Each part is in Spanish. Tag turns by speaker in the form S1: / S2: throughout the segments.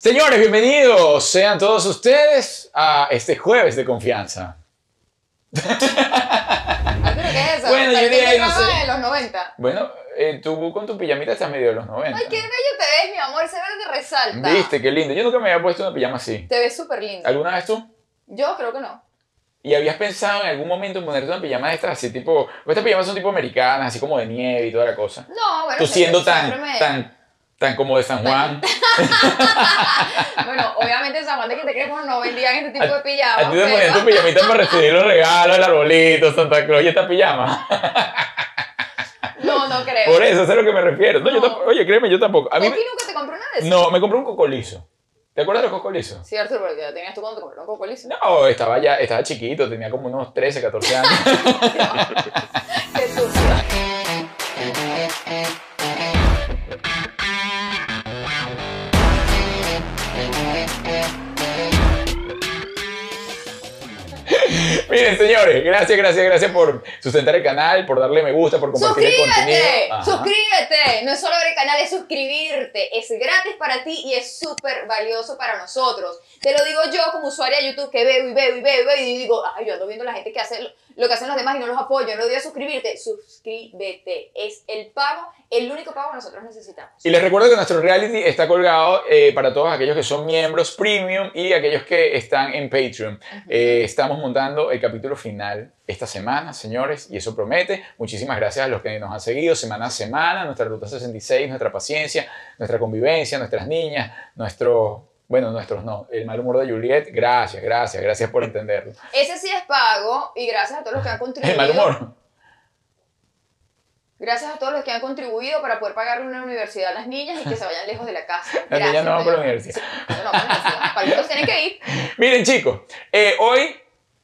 S1: Señores, bienvenidos sean todos ustedes a este jueves de confianza.
S2: ¿Qué es eso?
S1: Bueno, yo
S2: Parece
S1: diría,
S2: un
S1: no
S2: programa
S1: sé.
S2: de los 90.
S1: Bueno, eh, tú con tu pijamita estás medio de los 90.
S2: Ay, qué bello te ves, mi amor. Ese verde te resalta.
S1: Viste, qué lindo. Yo nunca me había puesto una pijama así.
S2: Te ves súper lindo.
S1: ¿Alguna vez tú?
S2: Yo creo que no.
S1: ¿Y habías pensado en algún momento en ponerte una pijama de estas así tipo... Estas pijamas son tipo americanas, así como de nieve y toda la cosa.
S2: No, bueno.
S1: Tú
S2: siempre-
S1: siendo tan,
S2: siempre me-
S1: tan, tan como de San Juan.
S2: Bueno, obviamente en San Juan de Quintequejo no vendían este tipo
S1: A-
S2: de pijamas.
S1: A ti te
S2: pero-
S1: ponían tu pijamita para recibir los regalos, el arbolito, Santa Claus y esta pijama.
S2: No, no creo.
S1: Por eso, eso es a lo que me refiero. No, yo
S2: No.
S1: tampoco- oye, créeme, yo tampoco. A mí
S2: Coqui nunca te compró nada de eso?
S1: No, me compré un cocolizo. ¿Te acuerdas de los cocolizos?
S2: Sí, Arturo, porque lo tenías tú cuando te compró un coco liso.
S1: No, estaba ya, estaba chiquito, tenía como unos 13, 14 años.
S2: Qué sucio.
S1: Miren, señores, gracias, gracias, gracias por sustentar el canal, por darle me gusta, por compartir el contenido.
S2: ¡Suscríbete!
S1: Ajá.
S2: ¡Suscríbete! No es solo ver el canal, es suscribirte. Es gratis para ti y es súper valioso para nosotros. Te lo digo yo como usuaria de YouTube que veo y veo y veo y veo y digo, ay, yo ando viendo la gente que hace lo- lo que hacen los demás y no los apoyo, no voy a suscribirte. Suscríbete. Es el pago, el único pago que nosotros necesitamos.
S1: Y les recuerdo que nuestro reality está colgado eh, para todos aquellos que son miembros premium y aquellos que están en Patreon. Eh, estamos montando el capítulo final esta semana, señores, y eso promete. Muchísimas gracias a los que nos han seguido semana a semana, nuestra Ruta 66, nuestra paciencia, nuestra convivencia, nuestras niñas, nuestro... Bueno, nuestros no, el mal humor de Juliet, gracias, gracias, gracias por entenderlo.
S2: Ese sí es pago y gracias a todos los que han contribuido.
S1: El mal humor.
S2: Gracias a todos los que han contribuido para poder pagarle una universidad a las niñas y que se vayan lejos de la casa.
S1: Las niñas
S2: Gracias,
S1: no van por la
S2: señor.
S1: universidad.
S2: Sí, no van por la universidad. Para eso tienen que ir.
S1: Miren, chicos, eh, hoy,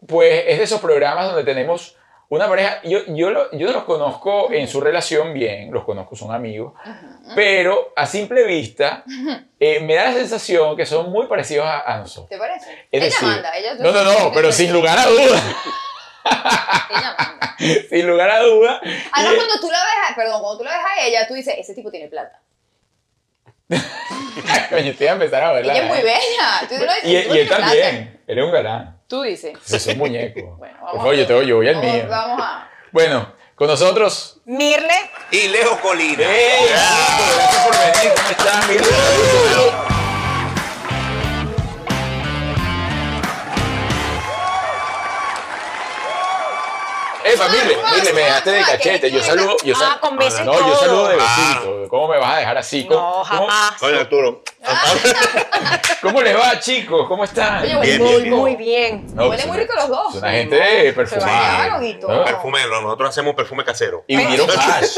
S1: pues, es de esos programas donde tenemos una pareja. Yo, yo, lo- yo no los conozco en su relación bien, los conozco, son amigos, pero a simple vista eh, me da la sensación que son muy parecidos a, a nosotros.
S2: ¿Te parece?
S1: Es
S2: ella
S1: decir,
S2: manda, ella
S1: No, no, no, pero sin lugar a dudas,
S2: Ella manda.
S1: sin lugar a dudas.
S2: Además, cuando tú la ves, a, perdón, cuando tú la ves a ella, tú dices, ese tipo tiene plata.
S1: Coño, estoy a empezar a verla.
S2: ella es muy
S1: ¿eh?
S2: bella. Tú lo dices,
S1: Y,
S2: "Ese tipo
S1: y él
S2: tiene plata".
S1: también, él es un galán.
S2: Tú dices.
S1: Es un muñeco.
S2: Bueno,
S1: Por
S2: vamos.
S1: favor, yo, te voy, yo voy al
S2: vamos,
S1: mío.
S2: Vamos a.
S1: Bueno, con nosotros
S2: Mirle.
S3: y Leo Colina.
S1: ¡Ey! Gracias por venir, ¿cómo están? Miguel? Epa, mire, mire, me dejaste de cachete. Yo saludo, yo saludo.
S4: Ah, con beso y
S1: No, yo
S4: todo.
S1: saludo de
S3: Ah.
S1: besito. ¿Cómo me vas a dejar así? ¿Cómo,
S4: No,
S1: cómo-
S4: jamás.
S3: Oye, Arturo.
S1: ¿Cómo les va, chicos? ¿Cómo están?
S2: Oye, huele
S3: Bien,
S2: muy
S4: Muy,
S3: bien.
S2: rico.
S4: muy bien.
S1: No,
S2: Huele
S1: son
S2: muy
S1: una-
S2: rico los dos.
S1: son Una gente perfumada.
S2: bañaron y todo. Pues,
S1: ¿no?
S3: Perfume, no, nosotros hacemos un perfume casero.
S1: Y vinieron hash.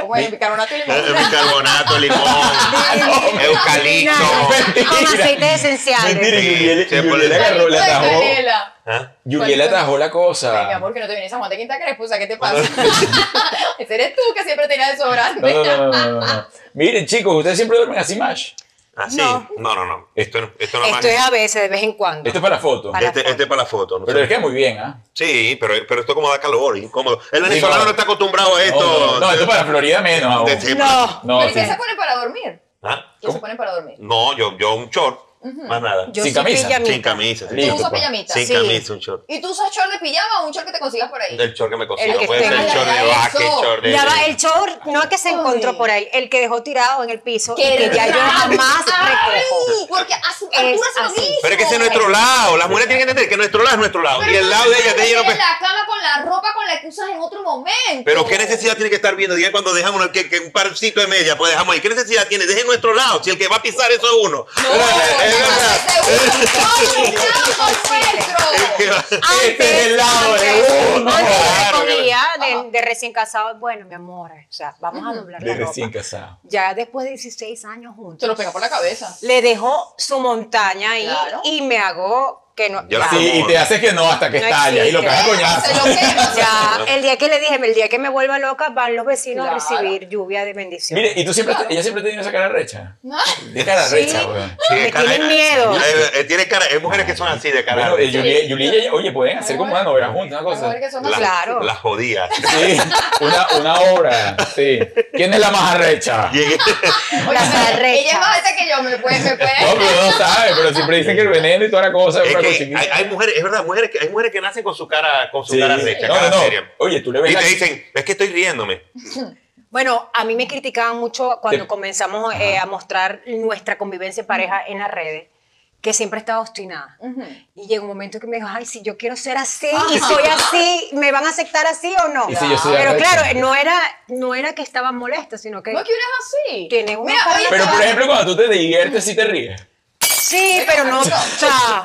S2: Como el bicarbonato y
S3: El
S1: Eh,
S2: limón.
S3: bicarbonato, limón, eucalipto.
S4: Con
S1: Mentira.
S4: aceites esenciales.
S1: Mentira, y Yuliel-
S3: Sí,
S1: Yuliel
S3: ponle-
S1: le agarró, le
S2: Palito de
S1: atajó. Ah.
S2: canela.
S3: ¿Ah?
S1: Yuliel
S2: Palito de-
S1: atajó la cosa.
S2: Ay, mi amor, que no te viene San Juan de Quinta Crespo, o sea, ¿qué te pasa? Ese eres tú que siempre tenías
S1: No,
S2: desodorante.
S1: no, no, no, no, no, no. Miren, chicos, ustedes siempre duermen así, Mash.
S3: Así.
S4: No.
S3: No, ¿Ah, no, no. Esto, no- esto, nada más-
S4: Esto es a veces, de vez en cuando.
S1: Esto es para foto.
S4: Para-
S3: este, este es para la foto. ¿no?
S1: Pero les queda muy bien, ¿ah?
S3: Sí, pero, pero esto como da calor, incómodo. El venezolano
S1: no.
S3: no está acostumbrado a
S1: No,
S3: esto.
S1: no, no, esto es para Florida menos aún.
S3: De- de-
S4: No.
S1: No,
S2: ¿Pero
S1: sí.
S2: qué se ponen para dormir?
S3: ¿Ah?
S2: ¿Qué se
S1: ¿Cómo?
S2: ponen para dormir?
S3: No, yo, yo un short, más nada.
S4: Yo
S1: Sin
S4: soy
S1: camisa,
S4: pijamita.
S3: Sin camisa. sin
S1: Listo,
S2: ¿Tú
S3: short.
S2: usas
S1: pues.
S2: pijamita?
S3: Sin
S4: sí.
S3: camisa, un short.
S2: ¿Y tú usas short de pijama o un short que te consigas por ahí?
S3: El short que me
S4: El
S3: consigo.
S4: que
S3: Puede ser
S4: esté-
S3: el short de
S2: Ay,
S3: vaca, el
S2: eso.
S3: short de.
S4: Ya va, el short no es que se
S2: Ay.
S4: encontró por ahí, el que dejó tirado en el piso y
S2: ¡Qué
S4: que ya yo
S2: raro!
S4: jamás recojo.
S2: ¡Ay! Porque a su altura
S4: Es
S2: se lo
S4: así.
S2: mismo.
S3: Pero es que ese es nuestro lado. Las mujeres tienen que entender que nuestro lado es nuestro lado.
S2: Pero
S3: y el
S2: no
S3: lado de
S2: se
S3: ellas
S2: puede
S3: de ellas no
S2: meter
S3: pe-
S2: en la cama con la ropa con la que usas en otro momento.
S3: Pero qué necesidad tiene que estar viendo, diga cuando dejan uno, que, que un parcito de media, pues dejamos ahí. ¿Qué necesidad tiene? Dejen nuestro lado, si el que va a pisar eso es uno.
S2: No, no,
S3: Eh, es verdad. El que
S2: no,
S3: va-
S1: Este es el lado de uno.
S4: Antes
S3: Claro,
S4: recogía de, de recién casado, bueno, mi amor, o sea, vamos a doblar
S1: De
S4: la ropa.
S1: recién casado.
S4: Ya después de 16 años juntos.
S2: Te lo pega por la cabeza.
S4: le dejó su montaña ahí
S2: Claro.
S4: y me hago que no.
S3: Yo la
S4: ya.
S1: Sí, y te haces que no hasta que
S4: No
S1: estalla y lo
S4: existe.
S1: cagas a
S2: Se lo
S1: coñazo.
S2: quema.
S4: Ya, el día que le dije, el día que me vuelva loca, van los vecinos a
S2: Claro.
S4: recibir lluvia de bendición.
S1: Mire, y tú siempre, ella siempre ha tenido esa cara recha.
S2: No.
S1: De cara
S4: Sí.
S1: recha, weón.
S4: Me tienen miedo.
S3: eh, eh, tiene cara, hay mujeres que son así de cara.
S1: Bueno, eh, Yuli- Yuli y ella- oye, pueden hacer
S2: Mejor-
S1: como una novela juntas, una cosa.
S2: mejor que son
S3: Las-
S2: así.
S4: Claro.
S3: Las jodidas.
S1: Sí, una, una obra, sí. ¿Quién es la más arrecha?
S3: Llegué-
S2: Oye,
S4: Las
S2: pero
S4: arrechas.
S2: Ella es más alta que yo, me puede, me puede.
S1: No, pero no sabe, pero siempre dicen que el veneno y toda la cosa es
S3: Es
S1: una
S3: que
S1: cosita.
S3: hay, hay mujeres, es verdad, mujeres que, hay mujeres que nacen con su cara, con su
S1: Sí.
S3: cara recha,
S1: No,
S3: cara
S1: no, no.
S3: seria.
S1: Oye, tú le ves
S3: Y
S1: la-
S3: te dicen, es que estoy riéndome.
S4: Bueno, a mí me criticaban mucho cuando
S1: Te-
S4: comenzamos eh, a mostrar nuestra convivencia en pareja en las redes, que siempre estaba obstinada.
S2: Ujú.
S4: Y llegó un momento que me dijo, ay, si yo quiero ser así y soy así, ¿me van a aceptar así o no?
S1: Y si yo soy
S4: Pero
S1: arrecha.
S4: claro, no era, no era que estaban molestas, sino que...
S2: No, que una es así.
S4: Tiene una
S2: Mira,
S4: cara-
S2: oye,
S1: Pero
S2: te
S1: por
S2: va-
S1: ejemplo, cuando tú te diviertes, sí te ríes.
S4: Sí, pero no... O sea,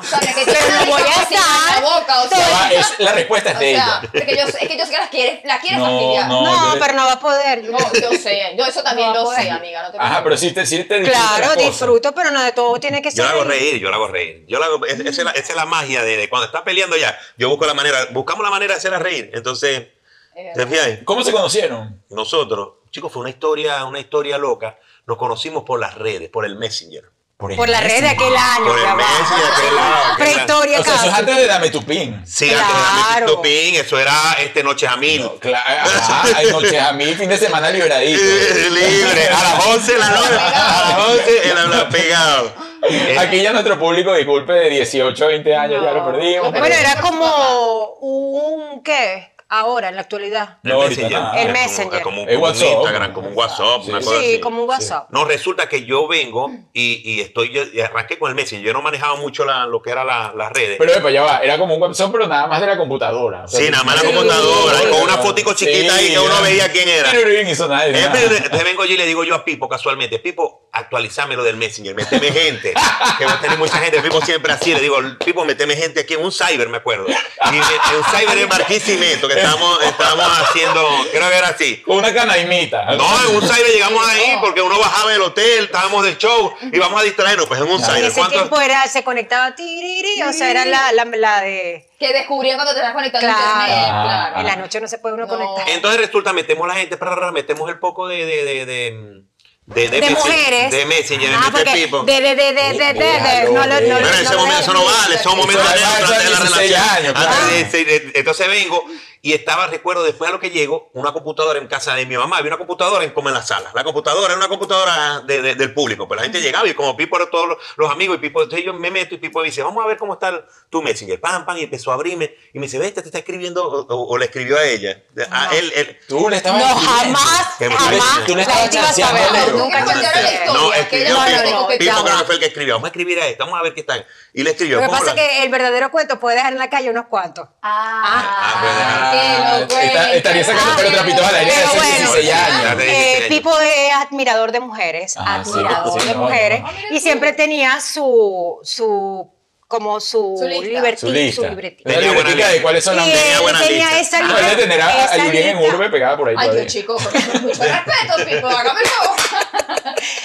S2: sea, que te
S4: pero no
S2: sale
S4: voy a
S2: como si en
S4: estar...
S2: la boca, o
S4: todo-
S2: sea,
S1: Ah, es- la respuesta es
S2: O
S1: de
S2: sea,
S1: ella.
S2: es que yo, es que yo sé que las quieres, las quieres
S1: No,
S2: fastidiar.
S1: no.
S4: No,
S1: yo le-
S4: pero no va a poder.
S2: No, yo sé, yo eso también
S4: No pues.
S2: lo
S4: va a
S2: sé,
S4: poder.
S2: amiga, no te
S1: Ajá, pero
S2: preocupes.
S1: sí te, sí te disfrutas las
S4: Claro,
S1: cosas.
S4: disfruto, pero no de todo tiene que ser...
S3: Yo la hago reír, yo la hago reír. Yo la hago- es- esa, es la, esa es la magia de, de cuando está peleando ya. Yo busco la manera, buscamos la manera de hacerla reír. Entonces,
S2: Es
S3: ¿te
S2: verdad.
S3: fijas?
S1: ¿Cómo se conocieron?
S3: Nosotros, chicos, fue una historia, una historia loca. Nos conocimos por las redes, por el Messenger.
S1: el
S4: Por la red de
S1: Messenger.
S4: aquel año,
S3: Por el
S4: ya va.
S3: Messenger, aquel lado, aquel
S4: Prehistoria
S1: O sea, eso es
S4: casi.
S1: antes de Dame tu pin.
S3: Sí, antes de
S4: Claro.
S3: Messi Topín, eso era este Noches a Mil.
S1: No, claro, ajá, hay noches a mí, fin de semana liberadito.
S3: Eh, Libre, a las 11 de la noche, a las 11 él habla pegado. Eh,
S1: Aquí ya nuestro público, disculpe, de 18, 20 años ya lo perdimos.
S4: Bueno,
S1: pero-
S4: era como un qué ahora en la actualidad.
S1: No, ahorita nada.
S4: El
S3: es como-
S4: Messenger.
S3: es como, un-
S1: El
S3: como un
S1: WhatsApp.
S3: Instagram, como un WhatsApp, una
S1: Sí,
S3: cosa
S4: Sí,
S3: así.
S4: como un WhatsApp.
S3: No, resulta que yo vengo y, y estoy, yo y arranqué con el Messenger. Yo no manejaba mucho la- lo que eran la- las redes.
S1: Pero epa, ya va, era como un website, pero nada más de la computadora. O sea,
S3: Sí, nada más la
S1: sí,
S3: computadora,
S1: sí,
S3: y con una
S1: sí,
S3: fotico
S1: sí,
S3: chiquita ahí que uno
S1: ya.
S3: veía quién era.
S1: Pero bien hizo nadie,
S3: Eh,
S1: nada.
S3: pero Entonces vengo yo y le digo yo a Pipo casualmente, Pipo, actualizame lo del Messenger, meteme gente, que va a tener mucha gente, Pipo siempre así, le digo, Pipo, meteme gente aquí en un cyber, me acuerdo. Y me- en un cyber en Barquisimeto, que estábamos, estábamos haciendo, creo que era así.
S1: Con una canaimita.
S3: No, en un cyber llegamos ahí
S2: No.
S3: porque uno bajaba del hotel, estábamos del show y vamos a distraernos, pues en un
S4: En
S3: cyber.
S4: ese
S3: ¿Cuántos-
S4: tiempo era, se conectaba tiriri, o sea, era la, la, la de
S2: Que descubrían cuando te estás conectando
S4: Claro.
S2: a internet,
S1: Ah.
S2: claro.
S4: en la noche no se puede uno
S2: No.
S4: conectar.
S3: Entonces resulta, metemos la gente, pra, pra, metemos el poco de... de, de, de de,
S4: De
S3: Messenger-
S4: mujeres.
S3: De Messenger,
S4: Ah,
S3: mete
S4: porque
S3: Pipo.
S4: de, de, de, de, de, de, de-
S1: Déjalo,
S4: no lo, no, lo-
S3: Pero en
S4: no
S3: ese
S4: lo-
S3: momento eso no vale, son momentos
S1: Eso
S3: de
S1: además
S3: la de la
S1: son 16
S3: relación.
S1: años,
S3: Ah,
S1: claro.
S3: de- de- de- Entonces vengo y estaba, recuerdo, después a lo que llego, una computadora en casa de mi mamá. Había una computadora en, como en la sala. La computadora era una computadora de- de- del público. Pero la gente llegaba y como Pipo era todos los, los amigos y Pipo, entonces yo me meto y Pipo dice, vamos a ver cómo está el- tu Messenger. Pam, pam, y empezó a abrirme y me dice, ve, este te está escribiendo o, o- o le escribió a ella. A él, él.
S1: Tú le estabas
S4: No,
S1: escribiendo.
S4: jamás,
S3: Qué
S4: jamás.
S3: maravilla. Tú le
S4: La
S1: estabas
S4: gente iba a
S1: chanceando,
S4: saber.
S1: Leo.
S4: Nunca
S2: Nunca contaron la
S4: chanceé.
S2: historia.
S3: No,
S2: que
S3: escribió
S2: ella
S4: no,
S3: Pipo.
S4: no,
S2: le
S3: Pipo
S2: coqueteaba.
S3: creo que fue el que escribió. Vamos a escribir a esta, vamos a ver qué están. Y le escribió.
S4: Lo que
S3: ¿cómo
S4: pasa es
S3: la-
S4: que el verdadero cuento puede dejar en la calle unos cuantos.
S2: Ah,
S1: Ah,
S2: que lo
S1: está-
S2: cuente.
S1: estaría sacando
S2: Ah,
S1: pero
S2: que lo
S1: trapitos a la
S4: Pero
S1: iglesia,
S2: cuente.
S1: sí,
S4: bueno,
S1: 16 años.
S4: eh, Pipo es admirador de mujeres,
S1: Ah, sí,
S4: admirador
S1: sí,
S4: de
S1: no,
S4: mujeres,
S1: no.
S2: Ah, mira
S4: y
S2: tú.
S4: siempre tenía su, su, como su,
S2: Su lista.
S1: Su
S4: libertino, su,
S1: lista.
S4: libretito.
S1: Una
S3: Tenía buena
S1: libretica de
S3: lista.
S1: cuáles son las
S4: Y
S1: mejores.
S4: él
S3: buena
S4: tenía
S3: lista.
S4: esa
S1: Ah,
S4: lista.
S1: debe tener a, a
S4: esa
S1: Yurien en
S4: lista-
S1: urbe pegada
S3: ah,
S1: por ahí
S2: Ay,
S1: todavía.
S2: Dios, chico, con mucho respeto, Pipo, hágame el favor.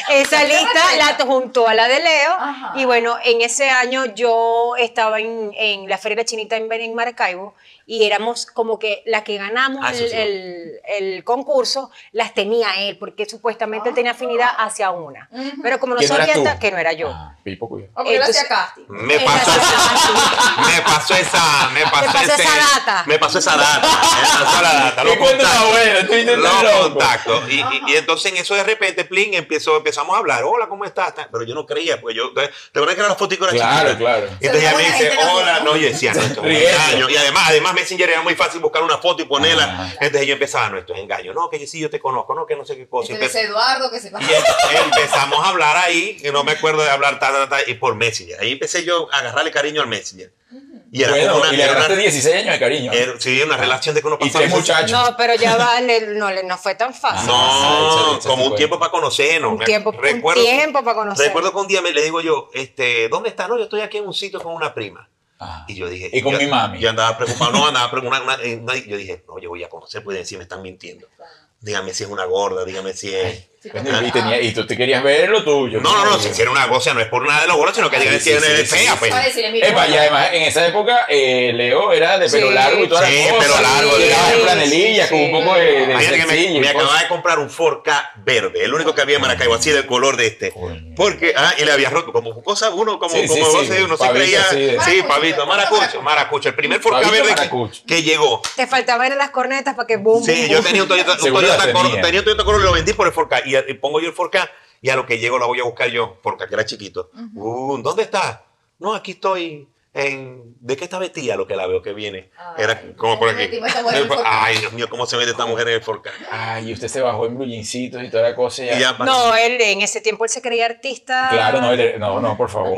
S4: Esa lista la juntó a la de Leo.
S2: Ajá.
S4: Y bueno, en ese año yo estaba en, en la Feria de la Chinita en, en Maracaibo y éramos como que las que ganamos
S3: Ah, eso
S4: el,
S3: sí.
S4: el- el concurso las tenía él, porque supuestamente él tenía afinidad hacia una. Pero como no
S1: ¿Que no eras
S4: sabía
S1: tú?
S4: hasta- que no era yo.
S1: Ah, Pipo, cuidado.
S2: Porque yo lo hacía
S4: Entonces-
S2: casting.
S3: Me pasó, me pasó esa, me pasó,
S4: pasó
S3: ese-
S4: esa data.
S3: Me pasó esa data. Me pasó la data. Lo
S1: ¿Qué cuento
S3: contacto.
S1: está bueno? Estoy intentando
S3: Lo
S1: loco.
S3: contacto. Y, y- y entonces en eso de repente, Plin, empezó, empezamos a hablar. Hola, ¿cómo estás? Ta- Pero yo no creía, porque yo. ¿Te acuerdas que eran las fotitos eran
S1: Claro,
S3: chiquitas?
S1: claro.
S3: Entonces ella
S2: Pero
S3: me
S2: la
S3: dice,
S2: gente no-
S3: hola. No, yo decía, no, esto es un
S1: Riendo.
S3: engaño. Y además, además, Messenger era muy fácil buscar una foto y ponerla.
S1: Ajá.
S3: Entonces yo empezaba, no, esto es engaño. No, que yo sí, yo te conozco, no, que no sé qué cosa.
S2: Entonces,
S3: Empe-
S2: este Eduardo, que se va.
S3: y em- empezamos a hablar ahí, que no me acuerdo de hablar ta, ta, ta, y por Messenger. Ahí empecé yo a agarrarle cariño al Messenger. Y era
S1: Bueno,
S3: como una,
S1: y le
S3: era una-
S1: agarraste 16 años de cariño. Ah.
S3: era- sí, una relación de que uno
S1: Y
S3: pasaba.
S1: tres muchachos.
S4: No, pero ya vale, no, le- no fue tan fácil.
S3: No,
S1: Ah, échale, échale
S3: como un
S1: cuenta.
S3: tiempo para conocernos.
S4: Un
S3: Me-
S4: tiempo- un tiempo para conocernos.
S3: Recuerdo que un día me le digo yo, este, ¿dónde estás? No, yo estoy aquí en un sitio con una prima.
S1: Ah.
S3: Y yo dije.
S1: Y con
S3: yo-
S1: mi mami.
S3: Yo andaba preocupado, no, andaba preocupado. una- una- una- yo dije, no, yo voy a conocer, pueden decir, me están mintiendo. Dígame si es una gorda, dígame si es.
S4: pues,
S1: Bueno, y, tenía- y tú te querías ver lo tuyo.
S3: No, no, no, si
S1: Sí.
S3: hicieron una gocia, no es por nada de los bolos, sino que
S1: Sí,
S3: tiene
S1: sí, sí, sí,
S3: fea,
S1: sí.
S3: pues.
S2: Para decirle, mira,
S1: Epa, y además en esa época eh, Leo era de pelo
S4: Sí,
S1: largo y todas
S3: sí,
S1: las cosas.
S3: pelo largo,
S1: Y era
S3: sí,
S1: de planelilla,
S4: sí,
S1: con un
S4: sí.
S1: poco de, de
S3: Imagínate que me-
S1: sencillo
S3: me,
S1: y cosas.
S3: acababa de comprar un 4K verde, el único que había en Maracaibo, así del color de este.
S1: Coño.
S3: Porque, ah, y le había roto como cosa, uno como,
S1: Sí, sí,
S3: como
S1: sí,
S3: voces, uno se
S1: pavito
S3: creía.
S1: así de-
S3: Sí,
S2: Maracucho,
S3: Pablito, Maracucho,
S2: Maracucho.
S3: Maracucho, el primer 4K
S1: Pavito
S3: verde
S1: Maracucho.
S3: que, que llegó.
S4: Te faltaba ir a las cornetas para que boom.
S3: Sí,
S4: boom,
S3: yo
S4: boom.
S3: tenía un Toyota, un
S1: Seguro
S3: Toyota
S1: la
S3: Corolla,
S1: tenía.
S3: tenía un Toyota Corolla, lo vendí por el 4K y, y pongo yo el 4K y a lo que llego la voy a buscar yo, porque aquí era chiquito. Uh, ¿Dónde está? No, aquí estoy. En, ¿De qué está vestida lo que la veo que viene?
S4: Ah,
S2: Ay,
S3: Era ah, como por
S2: ¿cómo
S3: aquí. pues,
S2: metimos esta mujer en el 4K?
S3: Ay, Dios mío, cómo se vende esta mujer en el 4K.
S1: Ay, y usted se bajó en brulincitos y toda la cosa. y ya-
S3: Y ya-
S4: No, él en ese tiempo él se creía artista
S1: Claro, no, él- no, no, por favor.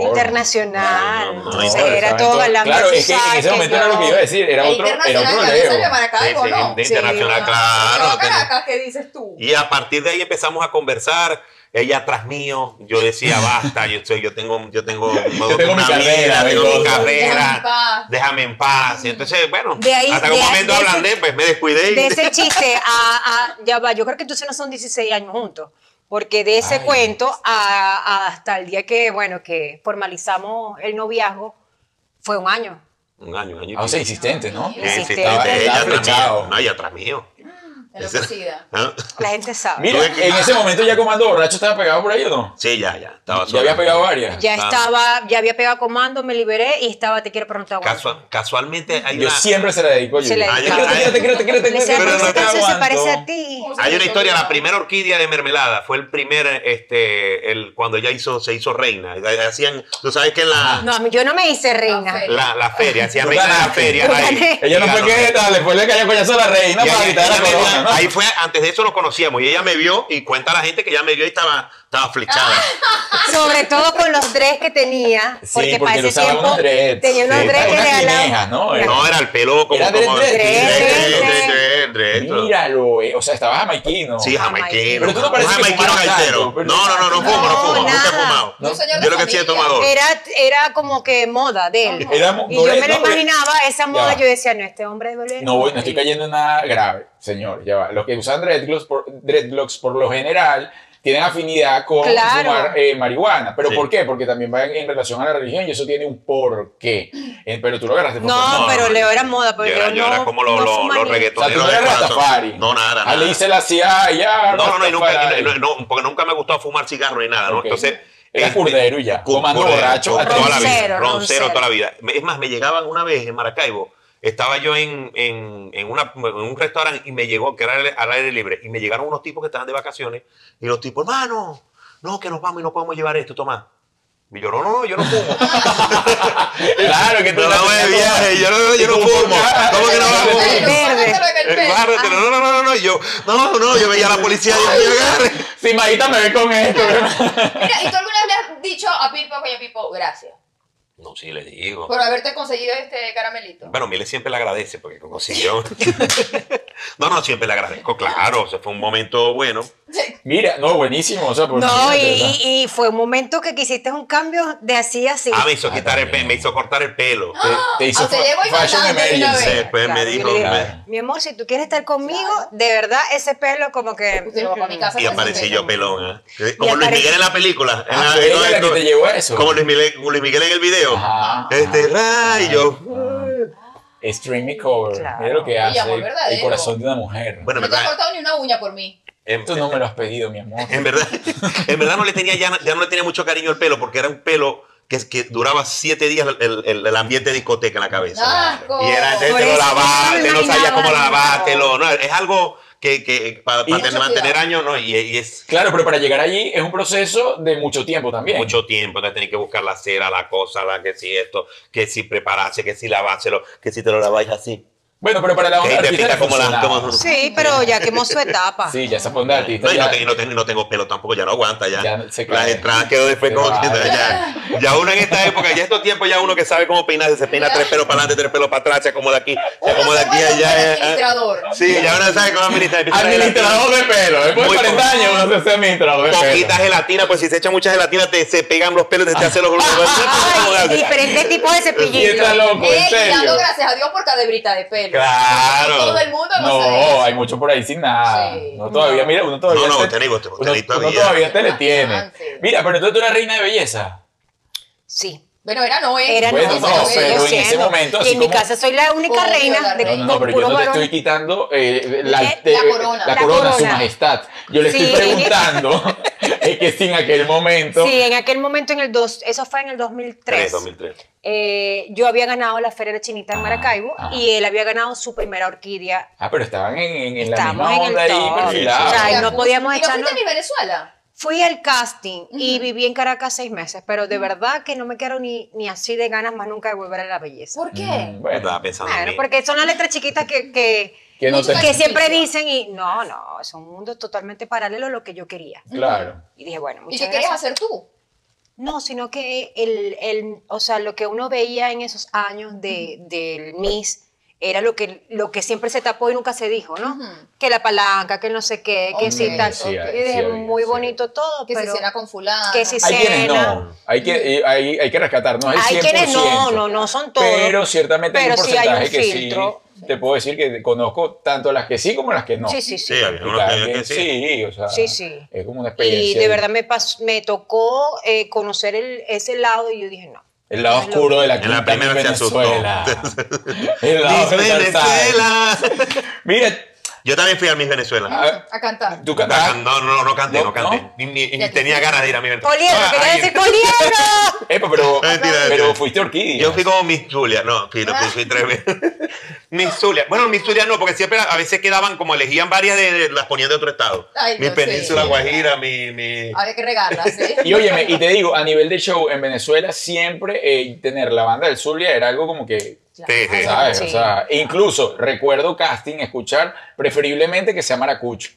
S3: No,
S4: internacional.
S3: no, no,
S4: Entonces,
S3: no,
S4: era todo galán.
S1: Claro, es que en
S4: versace,
S1: ese momento era lo que iba a decir, era
S2: El
S1: otro, era
S2: internacional
S1: otro
S2: que había salido a
S1: Leo.
S2: Maracaibo,
S3: Sí, sí,
S2: ¿no?
S3: de internacional,
S4: Sí,
S3: claro.
S2: Pero
S3: tenía-
S2: Caracas, ¿qué dices tú?
S3: Y a partir de ahí empezamos a conversar. Ella tras mío, yo decía, basta, yo, soy, yo tengo, yo tengo,
S1: Yo tengo mi carrera,
S3: tengo mi
S1: mi cosa.
S2: Déjame en
S3: carrera,
S2: paz.
S3: déjame en paz. Y entonces, bueno,
S4: De ahí-
S3: hasta que un
S4: de ahí-
S3: momento
S4: de ese-
S3: ablandé, pues me descuidé. y-
S4: De ese chiste a, a- Ya va, yo creo que entonces no son 16 años juntos. Porque de ese
S1: Ay.
S4: cuento a- a hasta el día que, bueno, que formalizamos el noviazgo, fue un año.
S3: Un año, un año. y
S1: Ah, o sea,
S3: pico.
S1: insistente, ¿no?
S3: Sí, sí,
S4: Estaba-
S3: sí,
S1: estaba
S3: ella tras mío.
S1: flechado.
S3: No, ella tras mío.
S2: Enloquecida.
S3: ¿Ah?
S4: La gente sabe.
S1: Mira,
S3: Tuve que-
S1: en ese momento ya Comando Borracho estaba pegado por ahí o no?
S3: Sí, ya, ya. Estaba
S1: Ya
S3: sola.
S1: había pegado varias.
S4: Ya
S3: Vamos.
S4: estaba, ya había pegado comando, me liberé y estaba, te quiero preguntar.
S3: Casual- casualmente hay
S1: Yo
S3: una,
S1: siempre se la dedico a
S4: Se
S1: Yuri.
S4: la
S1: Te
S3: dedico.
S1: quiero, te quiero, te quiero, te quiero, te quiero, te quiero,
S3: Pero no
S1: te
S3: te
S4: se parece a
S1: aguanto.
S4: ti.
S3: Hay una historia, la primera orquídea de mermelada fue el primer, este, el, cuando ella hizo, se hizo reina. Hacían, tú sabes que en la,
S4: No, a mí- yo no me hice reina.
S3: la, la feria, hacían
S1: Tú
S3: reina en la
S1: ganaste.
S3: feria.
S4: Tú
S3: ahí.
S4: ganaste.
S1: Ella no fue
S3: Ganó.
S1: que tal, después le cayó coñazo a la
S3: Y
S1: reina
S3: ella-
S1: para evitar
S3: ella
S1: la
S3: me vio-
S1: corona, ¿no?
S3: Ahí fue, antes de eso nos conocíamos y ella me vio y cuenta la gente que ella me vio y estaba, estaba flechada.
S4: Ah. Sobre todo con los tres que tenía.
S1: Sí,
S4: Porque,
S1: porque
S4: para
S1: le
S4: ese
S1: usaban
S4: tiempo
S1: unos dreads.
S4: tenía unos
S1: Sí,
S4: dreads que
S1: unas
S4: regalaban.
S1: guinejas, ¿no?
S4: Era-
S3: No, era el pelo como...
S1: Era
S3: como
S1: dread,
S4: dread, dread.
S1: Míralo, eh, o sea, estaba jamaiquino.
S3: Sí, jamaiquino.
S1: Pero tú no
S3: Un
S1: pareces que
S3: jamaiquino
S1: fumaras
S3: gaitero.
S1: tanto, pero-
S3: No, no, no, no fumo, no
S4: No,
S3: fumo, nunca he
S4: nada.
S3: fumado.
S1: No,
S2: Un señor de
S3: Yo lo que sí he
S2: familia.
S3: tomado.
S4: Era, era como que moda de él.
S2: Ajá.
S1: Éramos-
S4: Y
S1: no
S4: yo
S1: le-
S4: me lo
S1: no, porque-
S4: imaginaba, esa moda,
S1: Ya.
S4: yo decía, no, este hombre debe
S1: No, voy, no estoy cayendo en nada grave, señor. Ya va. Los que usan dreadlocks por, dreadlocks por lo general tienen afinidad con
S4: Claro.
S1: fumar eh, marihuana. ¿Pero
S3: Sí.
S1: por qué? Porque también va en, en relación a la religión y eso tiene un porqué. Eh, pero tú lo agarraste por
S4: No,
S1: fortuna.
S4: pero Leo era moda,
S3: Yo
S4: pero
S3: era,
S4: Leo
S3: yo
S4: no,
S3: era como los,
S4: no
S3: los-
S4: fuma
S1: O sea,
S3: los
S4: ni-
S1: tú
S3: reggaetoneros
S1: no
S3: del
S1: eras
S3: corazón.
S1: Rastafari.
S3: No, nada,
S1: Ah, le
S3: nada.
S1: hice la CIA y ya.
S3: No, no, no, y nunca,
S1: Rastafari.
S3: no, no, no, porque nunca me ha gustado fumar cigarro ni nada, ¿no?
S1: Ok.
S3: Entonces.
S1: Era
S3: este,
S1: curdero y ya,
S3: cu-
S1: tomando
S3: curdero,
S1: borracho
S3: cu-
S1: hasta
S3: toda la vida,
S4: Roncero,
S3: roncero
S4: roncero.
S3: toda la vida. Me- Es más, me llegaban una vez en Maracaibo, estaba yo en, en, en una- en un restaurante y me llegó, que era al- al aire libre, y me llegaron unos tipos que estaban de vacaciones, y los tipos, hermano, no, que nos vamos y no podemos llevar esto, toma. Y yo, no, no, no, yo no fumo.
S1: Claro que tú
S3: No,
S1: la
S3: no,
S1: tenías
S3: de
S1: toda.
S3: viaje, yo no, yo no
S1: Tú
S3: fumo.
S1: fumas.
S3: ¿Cómo que no vamos?
S2: Ay,
S4: Verde.
S2: sácatelo en el
S3: Eh,
S2: pelo.
S3: Bárratelo, no, no, no, no, no, y yo, no, no, yo veía a la policía y yo, agarre.
S1: Si Maíta me ve con esto,
S2: Mira, ¿y tú alguna vez le has dicho a Pipo, coño Pipo, gracias
S3: No, sí, le digo.
S2: por haberte conseguido este caramelito?
S3: Bueno, Mile siempre le agradece porque consiguió. no, no, siempre le agradezco, claro. O sea, fue un momento bueno.
S1: Mira, no, buenísimo. O sea, por
S4: No, y,
S1: imagínate, ¿verdad?
S4: y- y fue un momento que quisiste un cambio de así a así.
S3: Ah, me hizo,
S1: Ah,
S3: quitar el pe-
S1: también.
S3: me hizo cortar el pelo.
S1: Te, te hizo
S2: O sea,
S1: fa-
S2: llegó Ah, y
S1: Fashion
S2: mandando de una
S1: Emergency.
S2: vez.
S3: Después me
S4: Ah, Claro,
S3: dijo,
S4: yo le
S1: dije,
S3: me-
S4: Mi amor, si tú quieres estar conmigo,
S2: Claro.
S4: de verdad, ese pelo como que...
S2: Usted va para mi casa. pues,
S3: y aparecí yo pelón. ¿eh? Como
S4: Y
S3: Luis
S4: apareció-
S3: Miguel en la película. En
S1: Ah,
S3: la-
S1: fue
S3: en
S1: ella la que
S3: como-
S1: te llevó a eso.
S3: Como Luis Miguel, Luis Miguel en el video.
S1: Ajá.
S3: Este rayo.
S1: Stream Me Cover.
S4: Claro.
S1: Mira lo que
S2: Y
S1: hace
S2: amor
S1: el- el
S2: verdadero.
S1: corazón de una mujer.
S3: Bueno, em,
S2: No
S3: en
S2: te has
S3: verdad.
S2: cortado ni una uña por mí.
S3: en-
S1: Tú no me lo has pedido, mi amor.
S3: En verdad, en verdad no le tenía ya, ya no le tenía mucho cariño el pelo porque era un pelo que, que duraba siete días el, el- el ambiente de discoteca en la cabeza.
S2: ¡Asco!
S3: Y era entonces
S4: Ah, Por
S3: te lo
S4: eso no
S3: lavaste,
S4: me
S3: no sabías cómo
S4: imaginaba,
S3: lavártelo. No, es algo que, que para,
S1: Y-
S3: mantener años, no, y, y es
S1: Claro, pero para llegar allí es un proceso de mucho tiempo también.
S3: mucho tiempo, entonces tenés que buscar la cera, la cosa, la que si esto, que si prepararse, que si laváselo, que si te lo laváis así.
S1: Bueno, pero para la
S3: Que
S1: onda
S3: ahí te
S1: artista
S3: pica
S1: le
S3: como la-
S1: funcionaba.
S3: como-
S4: Sí, pero ya quemó su etapa.
S1: Sí, ya esa onda artista.
S3: No, y no,
S1: ya-
S3: te- y no te- y no tengo pelo tampoco, ya no aguanta, ya.
S1: Ya se
S3: Las
S1: cae.
S3: entradas quedó después
S1: Se
S3: como
S1: va.
S3: ya, ya uno en esta época, ya estos tiempos, ya uno que sabe cómo peinarse, se peina tres pelos para adelante, tres pelos para atrás, se acomoda aquí, se
S2: Uno
S3: acomoda
S2: se
S3: aquí,
S2: vuelve un
S3: allá. eh, eh.
S2: administrador.
S3: Sí, ya uno sabe cómo administrar. empieza a traer
S1: Administrador de pelo. Después de
S3: Muy
S1: 40 años uno se hace administrador de
S3: gelatina,
S1: pelo.
S3: Poquita gelatina, pues si se echa mucha gelatina, te, se pegan los pelos, te, te hace los
S4: Ay, diferentes tipos de
S1: Y está
S4: cepillito.
S1: loco,
S2: Ey,
S1: pues, en
S2: y dando
S1: serio.
S2: gracias a Dios por cada hebrita de pelo.
S3: Claro.
S2: Todo el mundo no, sabe eso.
S1: No, hay mucho por ahí sin nada.
S2: Sí.
S1: No, todavía, mira, uno todavía.
S3: No, no,
S1: te-
S3: te digo, te- te
S1: uno,
S3: digo
S1: uno
S3: todavía.
S1: todavía te le tiene.
S2: Bastante.
S1: Mira, pero entonces tú eras reina de belleza.
S4: Sí.
S2: Bueno, era no, ¿eh?
S4: Era
S1: Bueno,
S4: no,
S1: no,
S4: lo
S2: Esa
S1: pero
S4: sigo
S1: en ese
S4: siendo.
S1: momento,
S4: Y
S1: así
S4: en mi
S1: como-
S4: casa soy la única
S2: Obvio, la
S4: reina de,
S1: No, no,
S2: reina.
S1: no,
S4: con
S1: pero yo
S4: puros
S1: no te
S4: varones.
S1: estoy quitando eh, la,
S4: Eh,
S1: te-
S2: la corona.
S1: la
S4: La
S1: corona, su
S4: corona.
S1: majestad. Yo le
S4: Sí.
S1: estoy preguntando es que si en aquel momento.
S4: Sí, en aquel momento, en el dos, eso fue en el 2003.
S3: 2003.
S4: eh, yo había ganado la Feria de la Chinita en
S1: Ah,
S4: Maracaibo
S1: ajá.
S4: y él había ganado su primera orquídea.
S1: Ah, pero estaban en, en- en la
S4: Estábamos
S1: misma
S4: en el
S1: onda ahí,
S4: top.
S1: perfilados.
S3: O sea,
S4: Ay, no
S2: Mira,
S4: podíamos
S2: ¿y no
S4: echarnos-
S2: fuiste a mi Venezuela?
S4: Fui al casting y viví en Caracas seis meses, pero de verdad que no me quedaron ni, ni así de ganas más nunca de volver a la belleza.
S2: ¿Por qué?
S1: Mm,
S3: Yo
S1: bueno,
S3: Estaba pensando en
S4: Claro,
S3: mí.
S4: porque son las letras chiquitas que, que,
S1: que no te-
S4: que siempre dicen y no, no, es un mundo totalmente paralelo a lo que yo quería.
S1: Claro.
S4: Y dije, bueno,
S2: ¿Y
S4: muchas
S2: qué querías
S4: gracias.
S2: hacer tú?
S4: No, sino que el, el- o sea, lo que uno veía en esos años de, del Miss era lo que, lo que siempre se tapó y nunca se dijo, ¿no?
S2: Ujú.
S4: Que la palanca, que el no sé qué, que sí
S2: Ok,
S4: tal.
S1: sí,
S4: y
S1: hay-
S4: dije,
S1: sí había,
S4: muy
S1: sí
S4: bonito todo,
S2: Que
S4: pero
S2: se cena con fulano.
S4: que si
S1: Hay quienes
S4: cena.
S1: no, hay que, eh, hay, hay que rescatar, no es el 100%.
S4: hay quienes no, no, no son todos.
S1: Pero ciertamente hay un
S4: pero sí hay un
S1: porcentaje que
S4: filtro.
S1: sí, te puedo decir que conozco tanto las que sí como las que no.
S4: Sí, sí, sí.
S3: Sí, había
S1: Y
S3: unos
S1: cada
S3: que-
S1: quien-
S3: que sí.
S1: sí, o sea,
S4: Sí, sí.
S1: es como una experiencia.
S4: Y de verdad me, pas- me tocó eh, conocer el, ese lado y yo dije, no.
S1: El lado oscuro de la
S3: En la
S1: quinta
S3: primera se asustó.
S1: Venezuela. El lado
S3: Miss
S1: del Tarzán.
S3: Venezuela.
S1: Mira,
S3: Yo también fui al Miss Venezuela.
S1: a-
S2: A cantar.
S1: tú
S3: No,
S1: cantas.
S3: no, no, no canté,
S1: No,
S3: no canté.
S1: no.
S3: Ni, ni- ni tenía ganas de ir a Miss Venezuela.
S4: ¡Poliedro!
S3: Ah,
S4: ¡Quería
S3: ahí-
S4: decir poliedro!
S1: Epa, pero,
S3: Mentira,
S1: pero
S3: mentira.
S1: fuiste orquídea.
S3: Yo fui como Miss Julia, no, fui, no, fui, fui tres veces. Miss Julia, bueno, Miss Julia no, porque siempre a veces quedaban como elegían varias de, de- las ponían de otro estado.
S2: Ay,
S3: mi
S2: no,
S3: península
S2: sí.
S3: Guajira, mi, mi...
S2: Habría que regarla, sí.
S1: Y óyeme, y te digo, a nivel de show en Venezuela, siempre eh, tener la banda del Zulia era algo como que
S3: Sí, sí.
S1: Eh, ¿Sabes?
S4: Sí.
S1: O sea, incluso recuerdo casting, escuchar preferiblemente que sea maracucho.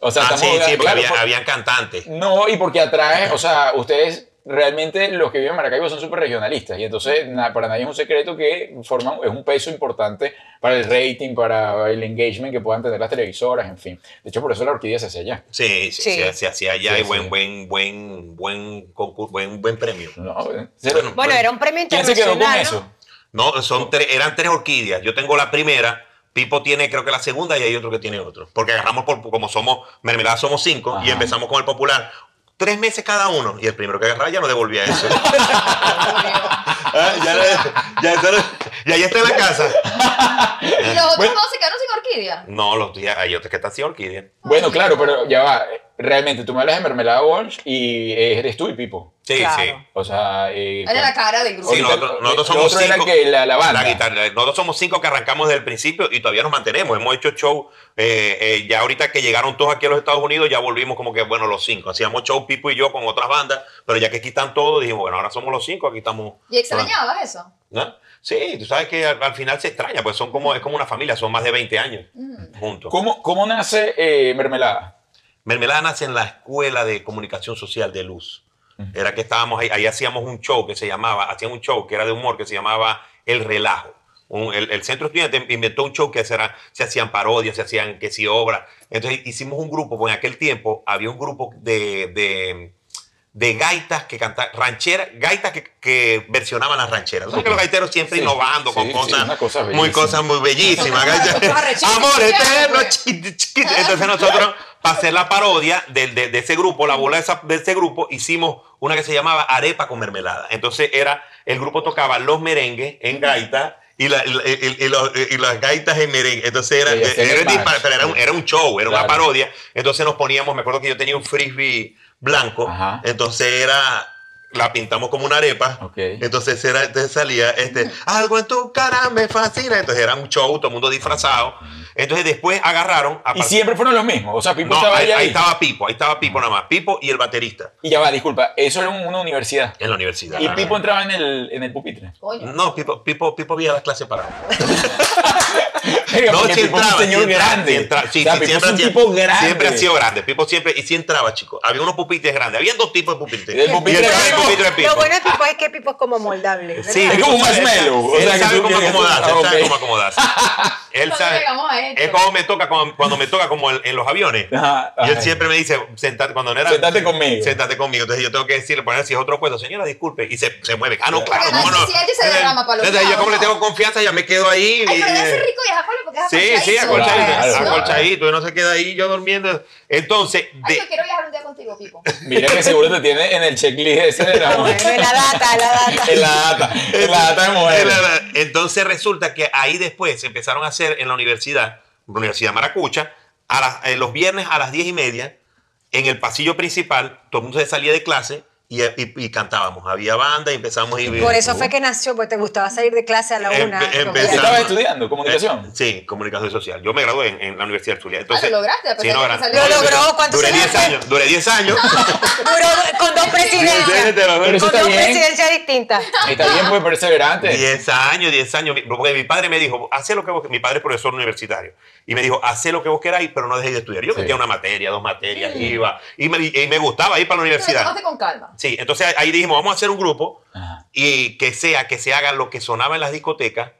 S1: O sea,
S3: Ah, sí,
S1: estamos
S3: sí, porque
S1: claro,
S3: había-
S1: por-
S3: habían cantantes.
S1: No, y porque atrae, o sea, ustedes realmente los que viven en Maracaibo son súper regionalistas. Y entonces na- para nadie es un secreto que forman, es un peso importante para el rating, para el engagement que puedan tener las televisoras, en fin. De hecho, por eso la orquídea se hace allá.
S3: Sí, sí,
S4: Sí.
S3: se- se hacía allá
S1: Sí,
S3: y
S1: sí.
S3: buen, buen, buen, buen concurso, buen, buen premio.
S1: No, cero-
S3: Bueno,
S4: Bueno, era un premio
S1: ¿Quién se quedó
S4: internacional.
S1: con
S4: ¿no?
S1: eso?
S3: No, son tres, eran tres orquídeas. Yo tengo la primera, Pipo tiene creo que la segunda y hay otro que tiene otro. Porque agarramos por, como somos, mermelada somos cinco y
S1: Ajá.
S3: empezamos con el popular. Tres meses cada uno. Y el primero que agarraba ya no devolvía eso. Ah, ya, la- ya eso no- y ahí está en la casa.
S2: ¿Y los otros
S1: Bueno.
S2: dos se quedaron sin orquídea?
S3: No, los días, hay otros que están sin orquídea.
S1: Bueno, claro, pero ya va. Realmente, tú me hablas de Mermelada Walsh y eres tú y Pipo.
S3: Sí,
S4: Claro.
S3: sí.
S1: O sea, eh,
S2: Era la cara del grupo.
S3: Sí,
S1: Ahorita-
S3: nosotros, nosotros
S1: lo
S3: somos
S1: otro era
S3: cinco.
S1: que la- la banda.
S3: guitarra. Nosotros somos cinco que arrancamos desde el principio y todavía nos mantenemos. Hemos hecho show. eh, eh, ya ahorita que llegaron todos aquí a los Estados Unidos, ya volvimos como que, bueno, los cinco. Hacíamos show Pipo y yo con otras bandas, pero ya que aquí están todos, dijimos, bueno, ahora somos los cinco, aquí estamos.
S2: ¿Y extrañabas eso?
S3: ¿No? Sí, tú sabes que al, al final se extraña, pues son como, es como una familia, son más de 20 años juntos.
S1: ¿Cómo, cómo nace eh, Mermelada?
S3: Mermelada nace en la Escuela de Comunicación Social de Luz. Era que estábamos ahí, ahí hacíamos un show que se llamaba, hacían un show que era de humor que se llamaba El Relajo. Un- el, el centro estudiante inventó un show que se, era- se hacían parodias, se hacían que si obras. Entonces hicimos un grupo, pues en aquel tiempo había un grupo de, de- de gaitas que cantaban, rancheras, gaitas que, que versionaban las rancheras. Tú sabes que los gaiteros siempre
S1: Sí.
S3: innovando con
S1: Sí, sí,
S3: cosas,
S1: una cosa
S3: muy
S1: bellísima.
S3: cosas muy bellísimas.
S2: Cosas arrechísimas,
S3: Amor eterno,
S2: pues.
S3: chiquiti, chiquiti. Entonces nosotros, para hacer la parodia del- de, de ese grupo, la bola de, esa- de ese grupo, hicimos una que se llamaba Arepa con Mermelada. Entonces era, el grupo tocaba los merengues en gaita y, la- y la- y- y los- y las gaitas en merengue. Entonces era,
S1: Sí, ese
S3: era
S1: es el
S3: dispar-
S1: match.
S3: pero era un, era un show, era una
S1: Claro.
S3: parodia. Entonces nos poníamos, me acuerdo que yo tenía un frisbee blanco,
S1: Ajá.
S3: entonces era... La pintamos como una arepa.
S1: Ok.
S3: Entonces era, entonces salía este, algo en tu cara me fascina. Entonces era un show, todo el mundo disfrazado. Entonces después agarraron a
S1: Y siempre fueron los mismos. O sea, Pipo
S3: No,
S1: estaba
S3: ahí,
S1: allá
S3: ahí
S1: ahí.
S3: estaba Pipo, ahí estaba Pipo nada más. Pipo y el baterista
S1: Y ya va, disculpa, eso era un- una universidad.
S3: en la universidad.
S1: Y Pipo entraba en el, en el pupitre.
S2: Coño.
S3: No, Pipo, Pipo, Pipo veía las clases paradas.
S1: Venga,
S3: No,
S1: porque
S3: sí
S1: Pipo es un
S3: entraba,
S1: señor
S3: sí entraba,
S1: grande.
S3: sí entraba. Sí,
S1: O sea,
S3: sí,
S1: Pipo es
S3: siempre
S1: un
S3: hacía-
S1: tipo grande.
S3: Siempre ha sido grande. Pipo siempre, y sí entraba, chicos. Había unos pupitres grandes. Había dos tipos de pupitres.
S1: El pupitre
S3: y el,
S1: blanco.
S3: pupitre de Pipo.
S4: Lo bueno de Pipo es que Pipo es como moldable. ¿verdad?
S3: Sí,
S1: Es como un
S3: él sabe-
S1: marshmallow. O
S3: Él
S1: sea, que
S3: sabe
S1: tú
S3: cómo
S1: tienes-
S3: acomodarse,
S1: Ah,
S3: él sabe
S1: ok.
S3: cómo acomodarse. Él
S2: ¿Dónde
S3: sabe.
S2: llegamos a hecho.
S3: Es como me toca, cuando, cuando me toca como en, en los aviones.
S1: Ajá,
S3: Y él
S1: ajá.
S3: siempre me dice, sentate, cuando no era...
S1: Sentate conmigo.
S3: Séntate conmigo. Entonces yo tengo que decirle, poner si es otro puesto, señora, disculpe. Y se, se mueve. Ah, no,
S1: Porque
S3: claro,
S2: además
S3: cómo no.
S2: si ella se derrama pa' los
S3: Entonces, yo
S2: lados,
S3: como le
S2: ¿no?
S3: tengo confianza, ya me quedo ahí.
S2: Ay, pero
S3: y-
S2: debe ser rico viajar solo porque es
S3: Sí, sí,
S1: acolchadito,
S3: acolchadito,
S1: Claro, claro.
S3: acolchadito, y no se queda ahí yo durmiendo. Entonces,
S2: Ay,
S3: de,
S2: yo quiero viajar un día contigo, Pipo.
S1: Mira que seguro te tiene en el checklist ese de la mujer.
S4: Ah, Bueno, la data, la data.
S1: En la data, en la data de mujeres.
S3: Entonces resulta que ahí después se empezaron a hacer en la universidad, la Universidad Maracucha, a las- eh, los viernes a las diez y media, en el pasillo principal, todo el mundo se salía de clase y, y- y cantábamos. Había banda y empezamos y
S4: Por eso fue que nació, porque te gustaba salir de clase a la
S1: Em,
S3: Empe-
S4: una. porque-
S1: ¿Qué
S3: empezamos.
S1: estabas estudiando? ¿Comunicación?
S3: Eh, sí, comunicación social. Yo me gradué en, en la Universidad del Zulia.
S2: Ah,
S3: Entonces,
S2: lo lograste, a pesar
S3: sí, no,
S2: de que
S3: gran-
S2: salió-
S4: Lo logró, ¿cuántos
S3: Duré
S4: años
S3: 10
S4: fue?
S3: años. Duré 10 años.
S4: Duró con dos presidencias.
S1: Pero eso
S4: Con
S1: está
S4: dos
S1: bien.
S4: presidencias distintas.
S3: Eh,
S1: Está bien, pues perseverante.
S3: 10 años, 10 años. Mi- Porque mi padre me dijo, hace lo que vos Mi padre es profesor universitario. Y me dijo, hace lo que vos queráis, pero no dejéis de estudiar. Yo
S1: Sí.
S3: metía una materia, dos materias, iba. Y me, y me gustaba ir para
S2: Pero
S3: la universidad.
S2: tómate con calma.
S3: Sí, entonces ahí dijimos, vamos a hacer un grupo
S1: Ajá.
S3: y que sea, que se haga lo que sonaba en las discotecas,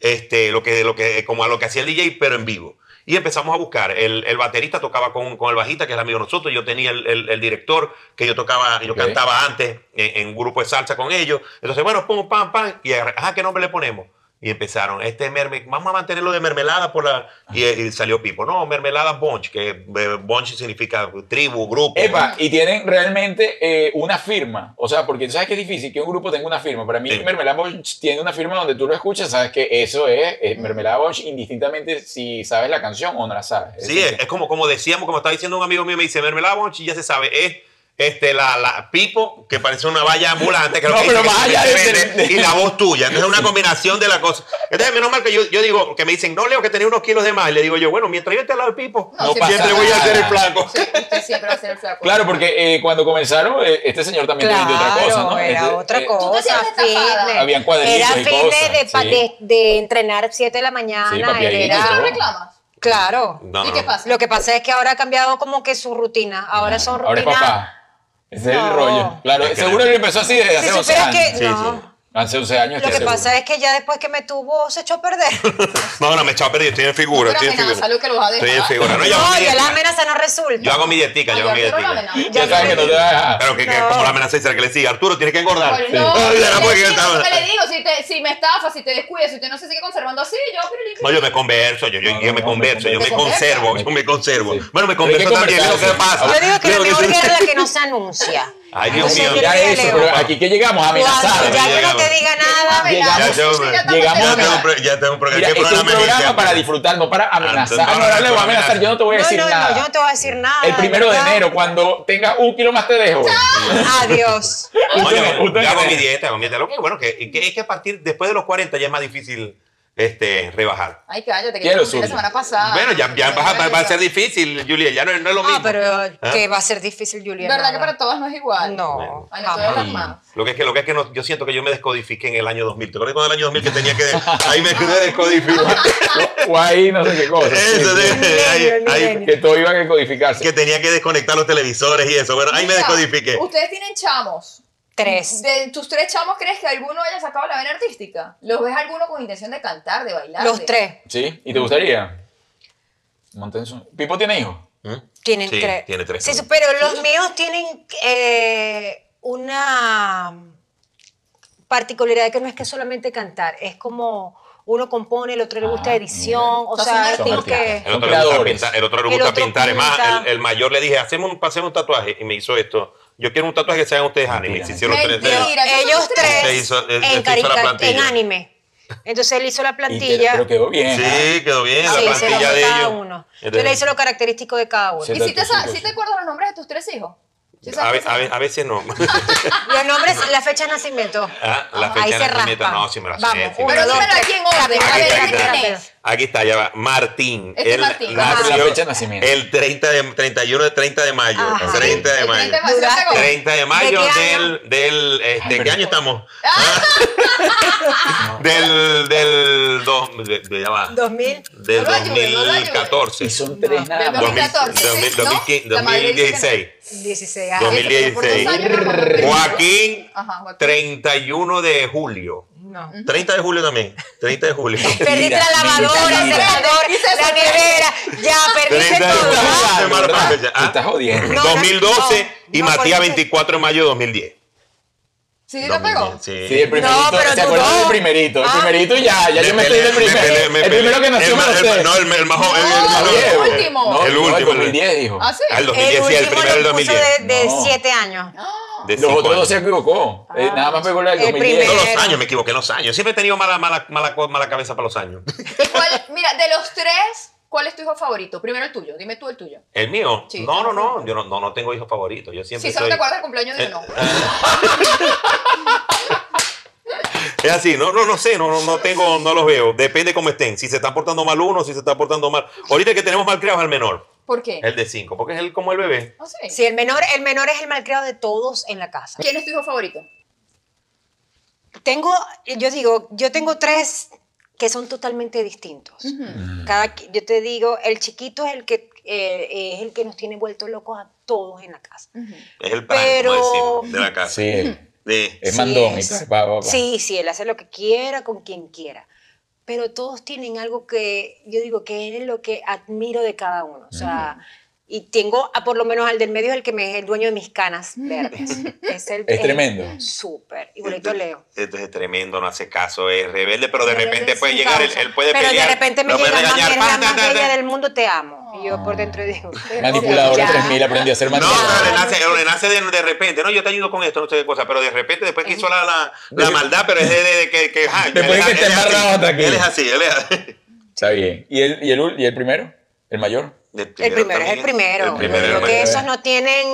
S3: este, lo que, lo que, como a lo que hacía el DJ, pero en vivo. Y empezamos a buscar. El, el baterista tocaba con, con el bajista, que es amigo de nosotros. Yo tenía el, el- el director, que yo tocaba, yo
S1: Ok.
S3: cantaba antes en, en un grupo de salsa con ellos. Entonces, bueno, pum, pam, pam. Y agarré, ajá, ¿qué nombre le ponemos? Y empezaron, este merme, vamos a mantenerlo de mermelada por la. Y, y salió Pipo. No, mermelada Bunch, que eh, Bunch significa tribu, grupo.
S1: Epa, y tienen realmente eh, una firma. O sea, porque tú sabes que es difícil que un grupo tenga una firma. Para mí,
S3: Sí.
S1: Mermelada Bunch tiene una firma donde tú lo escuchas, sabes que eso es, es Mermelada Bunch, indistintamente si sabes la canción o no la sabes.
S3: Sí, es,
S1: decir,
S3: es como, como decíamos, como estaba diciendo un amigo mío, me dice, mermelada bonchi, ya se sabe, es este, la, la pipo, que parece una valla ambulante, que es lo
S1: No,
S3: que
S1: pero
S3: dice que
S1: más
S3: se
S1: allá de
S3: vende,
S1: ese-
S3: y la voz tuya, entonces es una combinación de la cosa. Entonces, menos mal que yo, yo digo, que me dicen, no, Leo, que tenía unos kilos de más, y le digo yo, bueno, mientras yo esté al lado del pipo,
S2: No,
S1: pasa
S3: siempre voy a hacer el
S1: nada.
S3: flaco.
S2: Sí, usted siempre va a ser el flaco.
S1: Claro, porque eh, cuando comenzaron, eh, este señor también
S4: Claro,
S1: tenía otra cosa, ¿no?
S4: era
S1: Este,
S4: otra
S1: eh,
S4: cosa,
S2: hacías estafada.
S4: fitness.
S1: Habían cuadritos
S4: Era
S1: y
S4: fitness de,
S1: cosas,
S4: de,
S1: sí.
S4: de entrenar 7 de la mañana.
S1: Sí, papi, ahí
S2: ¿Y
S4: era-
S2: eso
S1: no.
S2: lo reclamas?
S4: claro.
S3: No,
S2: ¿Y
S3: no,
S2: qué
S3: no.
S2: pasa?
S4: Lo que pasa es que ahora ha cambiado como que su rutina. Ahora son
S1: Ahora es
S4: rutinas.
S1: papá. Ese es el
S4: No.
S1: rollo. Claro,
S3: Es que
S1: seguro
S3: la-
S1: él empezó así desde hace
S4: Si
S1: 11
S4: supieras
S1: años.
S4: que.
S3: Sí,
S4: no.
S3: sí.
S1: Hace 11 años.
S4: Lo que pasa es que ya después que me tuvo se echó a perder.
S3: No, no, me echaba perdido, estoy en figura,
S2: Pero
S3: estoy en
S2: amenaza,
S3: figura.
S2: lo que ¿eh? los va a dejar.
S3: Estoy en figura, no, yo hago mi
S4: No, ya la
S3: dietica.
S4: amenaza no
S3: Yo
S4: resulta.
S3: hago mi dietica,
S2: Ay,
S3: yo hago mi
S2: Arturo lo
S3: dietica.
S2: amenaza.
S1: Ya
S4: Ya
S1: sabes que no te va a dejar.
S3: Pero que, que
S4: No.
S3: como la amenaza dice que le sigue, Arturo, tienes que engordar.
S2: Pero No,
S3: Ay, ya no puedo
S2: le
S3: que
S2: digo,
S3: estaba-
S2: porque le digo, si, te, si me estafa, si te descuidas, si usted no se sigue conservando así, yo, pero limpio.
S3: No, yo me converso, yo, yo,
S1: No,
S3: yo me
S1: no,
S3: converso,
S1: me
S3: yo me
S2: converso.
S3: conservo, yo me conservo.
S1: Sí.
S3: Bueno, me
S1: Pero hay que
S3: converso también, es lo que
S1: conversarse.
S3: pasa.
S4: Yo digo que la
S3: Creo
S4: mejor
S3: se-
S4: guerra es la que no se anuncia.
S3: Ay, Dios
S4: Entonces,
S3: mío.
S4: yo
S1: Mira
S4: le digo,
S1: eso,
S4: Leo,
S1: pero aquí que llegamos
S4: Cuando
S1: amenazados.
S4: ya yo no
S3: Llegamos.
S4: te diga nada.
S1: Llegamos.
S2: Ya,
S1: Ya
S2: estamos-
S3: tengo-
S2: ya estamos
S1: llegamos
S3: Ya
S1: a-
S2: terminados.
S3: tengo, un pro- ya tengo un programa,
S1: Mira, este es un
S3: ¿qué programa es
S1: programa
S3: este?
S1: para disfrutar, no para amenazar.
S3: Ah,
S1: Ah, no, ahora le voy a
S3: no, no,
S1: amenazar, yo no te voy a
S4: No,
S1: decir
S4: no,
S1: nada.
S4: no, yo no te voy a decir nada.
S1: El primero de
S4: ¿verdad?
S1: enero, cuando tenga un kilo más te dejo.
S4: Adiós.
S1: Ustedes-
S3: Oye,
S1: ustedes-
S3: yo hago mi dieta, hago mi dieta. Lo que es bueno, que, que es que a partir, después de los 40 ya es más difícil este, rebajar.
S2: Ay, cállate, que
S1: Quiero
S2: yo te la
S1: suyo.
S2: semana pasada.
S3: Bueno, ya, ya va, va- va a ser difícil, Julia, ya no, es- no es lo mismo.
S4: Ah, pero
S3: ¿Ah?
S4: que va a ser difícil, Juliana.
S2: ¿Verdad que para todas no es igual?
S4: No,
S2: Ay, no, todas las
S1: jamás.
S2: manos.
S3: Lo que es que, lo que, es que no- yo siento que yo me descodifiqué en el año 2000. ¿Te acuerdas cuando el año 2000 que tenía que... Ahí me quedé descodificado.
S1: O ahí no sé qué cosa.
S3: Eso,
S1: Sí,
S3: sí, ahí-
S4: milenio,
S3: ahí-
S4: milenio.
S1: Que todo iba a codificarse.
S3: que tenía que desconectar los televisores y eso. Bueno, ahí me
S2: Mira,
S3: descodifiqué.
S2: Ustedes tienen chamos.
S4: Tres.
S2: De tus tres chamos, ¿crees que alguno haya sacado la vena artística? ¿Los ves alguno con intención de cantar, de bailar?
S4: Los
S2: de-
S4: tres.
S1: ¿Sí? ¿Y te gustaría? Montenso. ¿Pipo tiene hijos?
S3: ¿Mm?
S4: Tienen
S3: Sí,
S4: tres.
S3: tiene tres.
S4: Sí, pero los míos tienen eh, una particularidad que no es que solamente cantar, es como uno compone, el otro le gusta
S1: Ah,
S4: edición, o
S2: Son
S4: sea,
S1: Son
S4: tengo
S1: artistas.
S4: que...
S3: El
S1: Son
S3: otro, le gusta
S1: creadores.
S3: pintar, el otro le
S4: El
S3: gusta
S4: otro
S3: pintar. Es más,
S4: pinta.
S3: el, el mayor le dije, hacemos un, pasemos un tatuaje. Y me hizo esto. Yo quiero un tatuaje que se hagan ustedes anime.
S1: Mentira.
S3: Y Se hicieron tres de
S2: Mentira.
S3: ellos.
S2: Mira, esos
S4: ellos
S2: son tres.
S3: Se
S4: tres
S3: hizo- eh, se
S4: en,
S3: hizo la
S4: carica, en
S3: plantilla.
S4: anime. Entonces él hizo la
S1: Y te-
S4: plantilla.
S1: Pero quedó bien. ¿ah?
S3: Sí, quedó bien,
S4: Sí,
S3: la
S4: se lo
S3: plantilla
S4: hizo
S3: de
S4: cada
S3: ellos.
S4: uno. Yo
S3: Entonces,
S4: le hice lo característico de cada uno.
S1: Sí.
S2: ¿Y si te,
S1: Exacto,
S2: sa-
S1: sí,
S2: si
S1: sí.
S2: te acuerdas los nombres de tus tres hijos? ¿Sí
S3: a,
S2: sabes
S3: ve- a
S2: cómo se
S3: ve- a veces no.
S4: Los nombres, la fecha de nacimiento.
S3: Ah, la
S4: Ahí
S3: fecha de
S4: se
S3: nacimiento,
S4: raspa.
S3: no, sí me la sé,
S4: Vamos,
S3: sí me
S4: uno,
S2: la sé.
S4: dos,
S2: Pero dímela
S4: tres.
S2: aquí en orden,
S4: Rápido,
S3: a ver,
S4: rápido,
S3: aquí
S4: rápido.
S2: está.
S3: Aquí está, ya va. Martín.
S2: Este
S3: Él
S2: Martín.
S1: Ajá,
S3: nació
S1: la fecha de nacimiento.
S3: El 30 de, 31 de 30 de mayo.
S4: Ajá.
S3: 30 de
S2: El
S3: mayo.
S2: 30 de mayo.
S4: Duraste.
S2: ¿Te pegó?
S3: 30 de mayo
S4: ¿De qué año?
S3: del, del este,
S1: pero-
S3: ¿qué año estamos? Ah. del del dos, de- de- ya va.
S4: 2000.
S3: del
S2: No lo ayudes, no lo ayudes.
S3: 2014.
S1: Y son tres nada
S2: Del
S1: más.
S2: 2014,
S3: 2000,
S2: ¿no?
S3: 2015,
S2: La madre dice que no.
S3: 2016.
S4: 16 años.
S2: Pero por dos
S3: 2016.
S2: años, no, no, no, no.
S3: Joaquín,
S2: Ajá, Joaquín.
S3: 31 de julio
S4: No.
S3: 30 de julio también. 30 de julio.
S4: Perdiste
S1: Mira,
S4: la lavadora, el
S1: mira.
S4: secador, la nevera. Ya, perdiste
S3: 30 de
S4: todo.
S3: julio.
S4: Ah,
S1: Claro,
S3: Mar-
S1: ¿verdad?
S3: ya.
S1: Te estás jodiendo.
S4: No,
S3: 2012
S4: no,
S3: y
S4: no,
S3: Matías
S4: porque-
S3: 24 de mayo de 2010.
S2: ¿Sí te pegó?
S3: 2010, Sí.
S1: Sí, el primerito.
S4: No, pero
S1: ¿Te
S4: tú
S1: acuerdas
S4: no.
S1: del primerito? El
S4: Ah.
S1: primerito ya, ya yo me estoy
S3: peleé,
S1: del primero.
S3: peleé, me
S1: el
S3: peleé.
S1: primero que nació
S3: El
S1: más
S3: más- el-
S1: usted.
S3: No, el, el más joven. el-
S2: No,
S3: el,
S2: el
S3: más
S2: último.
S1: No,
S3: El
S1: no,
S3: último,
S1: El
S3: el-
S1: 2010 dijo.
S2: ¿Ah, sí?
S3: Ah, el
S4: El
S3: 2010, sí, el
S4: último
S3: primero del
S4: lo puso
S3: 2010.
S4: de, de
S1: No.
S4: siete años.
S3: De
S1: Los
S3: cinco
S1: otros dos
S3: años.
S1: se equivocó. Eh, nada más pegó la del
S4: Ah, El
S1: 2010.
S3: No,
S4: primero.
S3: los años, me equivoqué, los años. Siempre he tenido mala, mala, mala, co- mala cabeza para los años.
S2: ¿Cuál- mira, de los tres, ¿cuál es tu hijo favorito? Primero el tuyo, dime tú el tuyo.
S3: ¿El mío?
S2: Sí.
S3: no, no, no, yo no, no, no tengo hijos favoritos. Yo siempre
S2: Si solo
S3: soy...
S2: te
S3: ah,
S2: acuerdas del cumpleaños, dime no.
S3: Es así, no, no, no sé, no, no, no tengo, no los veo. Depende cómo estén. Si se están portando mal uno, si se está portando mal. Ahorita el que tenemos mal creados es el menor,
S2: ¿Por qué? Ah,
S3: el de 5, porque es el, como el bebé.
S2: No sé.
S4: Sí, el menor, el menor es el malcriado de todos en la casa.
S2: ¿Quién es tu hijo favorito?
S4: Tengo, yo digo, yo tengo tres que son totalmente distintos. Cada, qui- yo te digo, el chiquito es el que eh, es el que nos tiene vueltos locos a todos en la casa.
S3: Es el prime, como
S4: Pero-
S3: decimos, de la casa.
S1: Sí.
S3: De-
S1: Es
S4: Sí,
S1: mandón. y
S4: es-
S1: tal, pa, pa, pa.
S4: Sí, sí, él hace lo que quiera con quien quiera. Pero todos tienen algo que yo digo que es lo que admiro de cada uno. O sea, y tengo a, por lo menos al del medio es el que me es el dueño de mis canas verdes. Es, el,
S1: Es tremendo.
S4: Súper. Igualito a Leo.
S3: Esto es tremendo, no hace caso, es rebelde, pero de
S4: Rebelde
S3: repente puede
S4: sin
S3: llegar, él,
S4: causa.
S3: él puede
S4: Pero
S3: pelear,
S4: de repente me
S3: lo puede
S4: llega mamá,
S3: regañar,
S4: eres la
S3: pa, ta,
S4: más
S3: ta, ta".
S4: bella del mundo, te amo. Y yo por dentro digo...
S1: Manipuladora
S4: Ya.
S1: 3000 aprendió a ser
S3: No,
S1: manipuladora.
S3: no, le nace, le nace de, de repente, no, yo te ayudo con esto, no sé qué cosa, pero de repente después que hizo la, la, la maldad, pero es de, de- de que, que ah,
S1: Después
S3: él es-
S1: que te
S3: él es
S1: embarra
S3: así,
S1: otra aquí.
S3: Él es así, él es así.
S1: Está bien. ¿Y el, y, el, ul- ¿Y el primero? ¿El mayor?
S3: El
S4: El primero es
S3: también
S4: el primero.
S3: El primero es el
S4: Yo creo que
S3: primero.
S4: esos no tienen,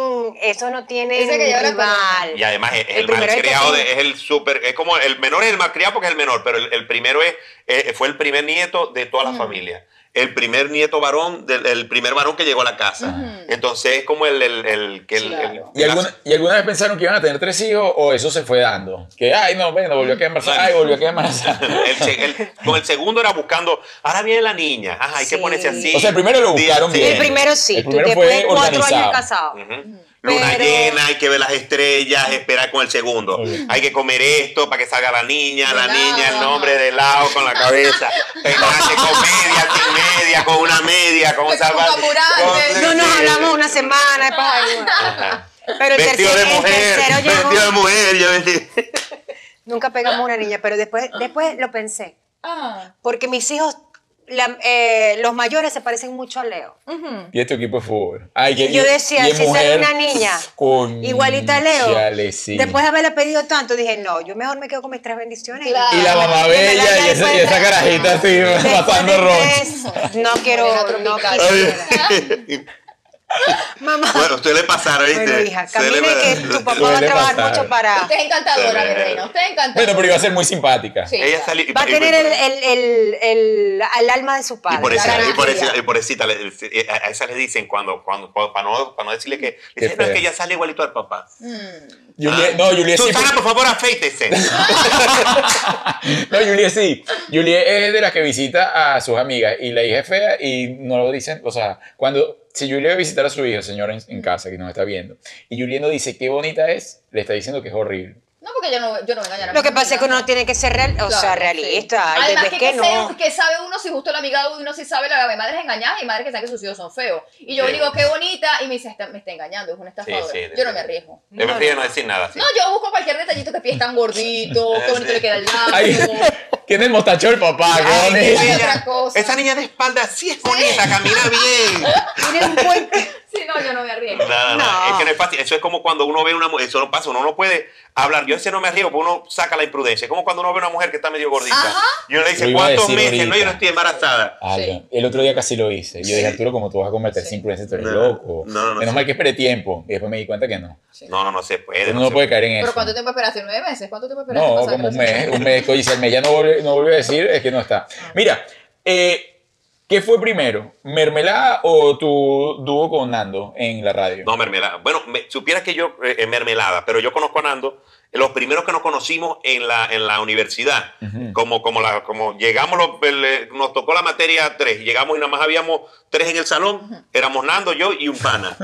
S4: esos no tienen
S2: Ese que lleva la
S4: rival.
S3: Y además es, es
S4: El
S3: el, más
S4: primero es el
S3: criado,
S4: que-
S3: es el súper, es como el menor es el más criado porque es el menor, pero el, el primero es, eh, fue el primer nieto de toda
S4: Mm.
S3: la familia. El primer nieto varón, del, el primer varón que llegó a la casa. Entonces es como el, el, el que el-
S2: Claro.
S3: el-
S1: ¿Y alguna, ¿Y alguna vez pensaron que iban a tener tres hijos o eso se fue dando? Que, ay, no, bueno, volvió a quedar embarazada, ay, volvió a quedar embarazada.
S3: El se- el- con el segundo era buscando, ahora viene la niña, ajá, hay que
S4: Sí.
S3: ponerse así.
S1: O sea, el primero lo
S3: Sí,
S1: buscaron
S3: sí.
S1: bien.
S4: El primero sí,
S1: El primero
S4: tú
S1: fue
S4: después de cuatro
S1: organizado.
S4: años casado.
S2: Mm.
S3: Ujú. Luna
S4: Pero-
S3: llena, hay que ver las estrellas, esperar con el segundo.
S1: Bien.
S3: Hay que comer esto para que salga la niña, la
S2: Helado,
S3: niña, el
S2: ajá.
S3: nombre de lado con la cabeza. Peinarse con media, sin media, con una media, con un
S2: Con
S3: zapato.
S2: caburante.
S3: con-
S4: No nos
S3: sí.
S4: hablamos una semana. después, ay, bueno.
S3: Ajá.
S4: Pero el
S3: Vestido
S4: tercero,
S3: de
S4: el
S3: mujer,
S4: tercero llegó-
S3: vestido de mujer, yo vestido.
S4: Nunca pegamos una niña, pero después, después lo pensé.
S2: Ah.
S4: Porque mis hijos, la- eh, los mayores se parecen mucho a Leo.
S1: Y este equipo de fútbol. Ay, que,
S4: Y yo decía,
S1: y es
S4: si sale
S1: mujer,
S4: una niña
S1: con-
S4: igualita a Leo,
S1: Chale, sí.
S4: después de haberle pedido tanto, dije, no, yo mejor me quedo con mis tres bendiciones.
S2: Claro.
S1: Y la mamá
S4: Que me Ah, la
S1: bella y,
S4: haya
S1: esa, y esa
S4: encontrado.
S1: carajita así,
S4: Después
S1: pasando
S4: de
S1: ron.
S4: tres, No quiero, no
S2: Tropical.
S4: quisiera. Mamá,
S3: Bueno, usted le pasaron, ¿viste?
S4: bueno, hija,
S3: Usted le
S4: camina que
S3: pasaron.
S4: tu papá va a
S1: Suele
S4: trabajar
S1: pasar.
S4: mucho para...
S2: Usted es encantadora, mi reina. Usted es encantadora.
S1: Bueno, pero iba a ser muy simpática.
S2: Sí.
S3: Ella salió. y-
S4: Va a
S3: y-
S4: tener el, el, el, el- el alma de su
S3: Y
S4: padre.
S3: por,
S4: la
S3: esa, y, por
S4: garantía.
S3: esa, y por esita, le- eh, a a esa le dicen cuando, cuando, cuando- para, no, para no decirle que, le
S1: Qué
S3: dicen, no, es
S1: feo.
S3: que ya sale igualito al papá.
S2: Mm.
S1: Juliet-
S3: Ah.
S1: no, Juliet sí.
S3: Susana, por favor, afeítese.
S1: No, Juliet sí. Juliet es de las que visita a sus amigas y la hija es fea y no lo dicen. O sea, cuando. Si Juliet va a visitar a su hija, señora en, en casa que nos está viendo, y Juliet no dice qué bonita es, le está diciendo que es horrible.
S2: No, porque yo no, yo no voy a engañar a
S4: Lo
S2: mi
S4: que pasa es que
S2: amiga.
S4: uno tiene que ser real, o sea,
S2: Claro,
S4: realista.
S2: sí.
S4: Hay
S2: Además,
S4: veces
S2: que,
S4: que no.
S2: sea- que sabe uno si justo la amiga de uno si sabe la de madres engañadas y madres que saben que sus hijos son feos. Y yo
S3: Sí.
S2: digo, qué bonita, y me dice, "Está- me está engañando, es una estafadora.
S3: sí,
S2: yo no me
S3: sí.
S2: arriesgo.
S3: Yo
S4: No,
S3: prefiero
S4: no.
S3: no decir nada. sí.
S2: No, yo busco cualquier detallito que pies tan gordito, que bonito le queda el
S1: Ay,
S2: lado.
S1: tiene el mostacho el papá, qué
S3: Ay,
S1: bonito.
S3: qué
S2: es
S3: bella.
S2: otra cosa.
S3: Esa niña de espalda sí es bonita, camina bien.
S4: Tiene un buen-
S2: Sí, no, yo no me arriesgo.
S3: No, no, no,
S4: No.
S3: es que no es fácil. Eso es como cuando uno ve una mujer, eso no pasa, uno no puede hablar. Yo ese no me arriesgo porque uno saca la imprudencia. Es como cuando uno ve una mujer que está medio gordita
S2: Ajá.
S3: y uno le
S1: Lo
S3: dice,
S1: iba a
S3: ¿cuántos
S1: decir
S3: meses? No, yo
S1: ahorita.
S3: no estoy embarazada.
S1: Algo. El otro día casi lo hice. Yo dije, Arturo, como tú vas a cometer
S2: Sí.
S1: sin prudencia, tú eres
S3: No,
S1: loco.
S3: no, no, no,
S1: Menos
S3: sí.
S1: mal que esperé tiempo. Y después me di cuenta que no.
S3: No, no, no se puede.
S1: Uno
S3: no
S1: no
S3: se
S1: puede caer en eso.
S2: ¿Pero cuánto tiempo esperaste? ¿Nueve meses? ¿Cuánto tiempo esperaste?
S1: No,
S2: para saber
S1: como un
S2: que no se-
S4: Ah.
S1: mes. Un mes. Coño, si el mes ya no volvió, no volvió a decir, es que no está. Mira, eh, ¿Qué fue primero? ¿Mermelada o tu dúo con Nando en la radio?
S3: No, mermelada. Bueno, me- supieras que yo, eh, eh, mermelada, pero yo conozco a Nando, eh, los primeros que nos conocimos en la, en la universidad,
S1: Ujú.
S3: como, como, la, como llegamos, los- el, eh, nos tocó la materia tres, llegamos y nada más habíamos tres en el salón, éramos Nando, yo y un pana.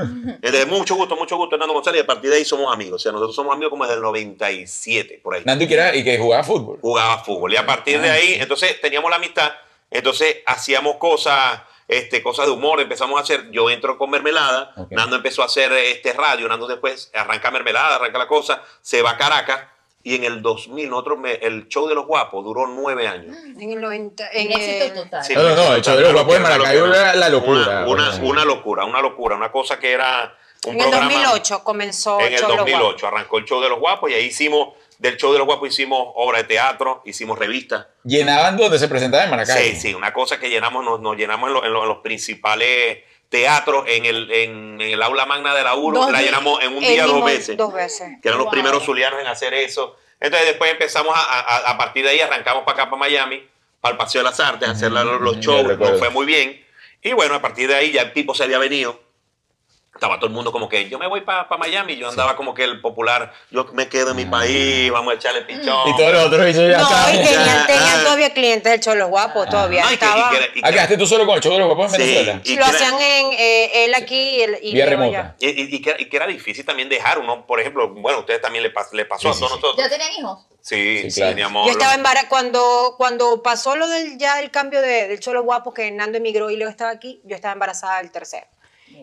S3: Eh, de mucho gusto, mucho gusto, Nando González, y a partir de ahí somos amigos, o sea, nosotros somos amigos como desde el 97, por ahí.
S1: Nando y que, era- y que jugaba fútbol.
S3: jugaba fútbol. Y a partir
S1: Ah,
S3: de ahí, entonces teníamos la amistad, entonces hacíamos cosas, este, cosas de humor, empezamos a hacer, yo entro con mermelada,
S1: Ok.
S3: Nando empezó a hacer este radio, Nando después arranca mermelada, arranca la cosa, se va a Caracas. Y en el 2000, nosotros me- el show de los guapos duró nueve años.
S4: En el 90. En
S2: Un
S4: el-
S2: éxito
S4: Ah,
S2: total.
S3: Sí,
S1: No, no, no, el show de los guapos de
S3: una
S1: Maracaibo
S3: locura.
S1: era la locura.
S3: Una, una-
S1: bueno.
S3: una locura, una locura, una cosa que era un
S4: en el
S3: programa-
S4: 2008 comenzó
S3: en el
S4: Cholo
S3: 2008
S4: Guapo.
S3: arrancó el show de los guapos y ahí hicimos, del show de los guapos hicimos obra de teatro, hicimos revistas,
S1: Llenaban donde se presentaba en Maracaibo.
S3: Sí, sí, una cosa que llenamos, nos, nos llenamos en, lo- en lo- en los principales teatros, en el, en, en el aula magna de la URU,
S4: Dos
S3: la
S4: di-
S3: llenamos en un
S4: el
S3: día dos
S4: mismo-
S3: veces,
S4: Dos veces.
S3: que eran los
S2: Wow.
S3: primeros zulianos en hacer eso. Entonces después empezamos a, a- a partir de ahí, arrancamos para acá, para Miami, para el Paseo de las Artes, a hacer la- los,
S1: Mm, ya
S3: shows,
S1: recuerdo.
S3: nos fue muy bien. Y bueno, a partir de ahí ya el tipo se había venido. Estaba todo el mundo como que yo me voy para Miami, yo andaba como que el popular, yo me quedo en mi
S1: Ah.
S3: país, vamos a echarle pichón.
S1: Y todos los otros bichos ya
S4: No, y
S1: estaban.
S4: tenían, tenían
S3: Ah.
S4: todavía clientes del Cholo Guapo, todavía
S3: Ay, que- y
S4: estaba.
S3: que era- y
S1: Ah,
S3: que-
S1: quedaste tú solo con el show de los guapos en
S3: Sí.
S1: Venezuela.
S3: y
S4: lo
S3: que era-
S4: hacían en, eh, él aquí y, el, y
S1: Vía
S4: yo allá.
S1: remota.
S3: Y, y- y que, y que era difícil también dejar uno, por ejemplo, bueno, a ustedes también le, pas- le pasó
S1: Sí,
S3: a todos
S1: sí, sí.
S3: nosotros.
S2: ¿Ya tenían hijos?
S3: Sí,
S1: Sí,
S3: sí,
S1: claro.
S3: teníamos
S4: Yo estaba
S3: los-
S4: embarazada. Cuando, cuando pasó lo del ya el cambio de- del Cholo Guapo, que Nando emigró y luego estaba aquí, yo estaba embarazada del tercero.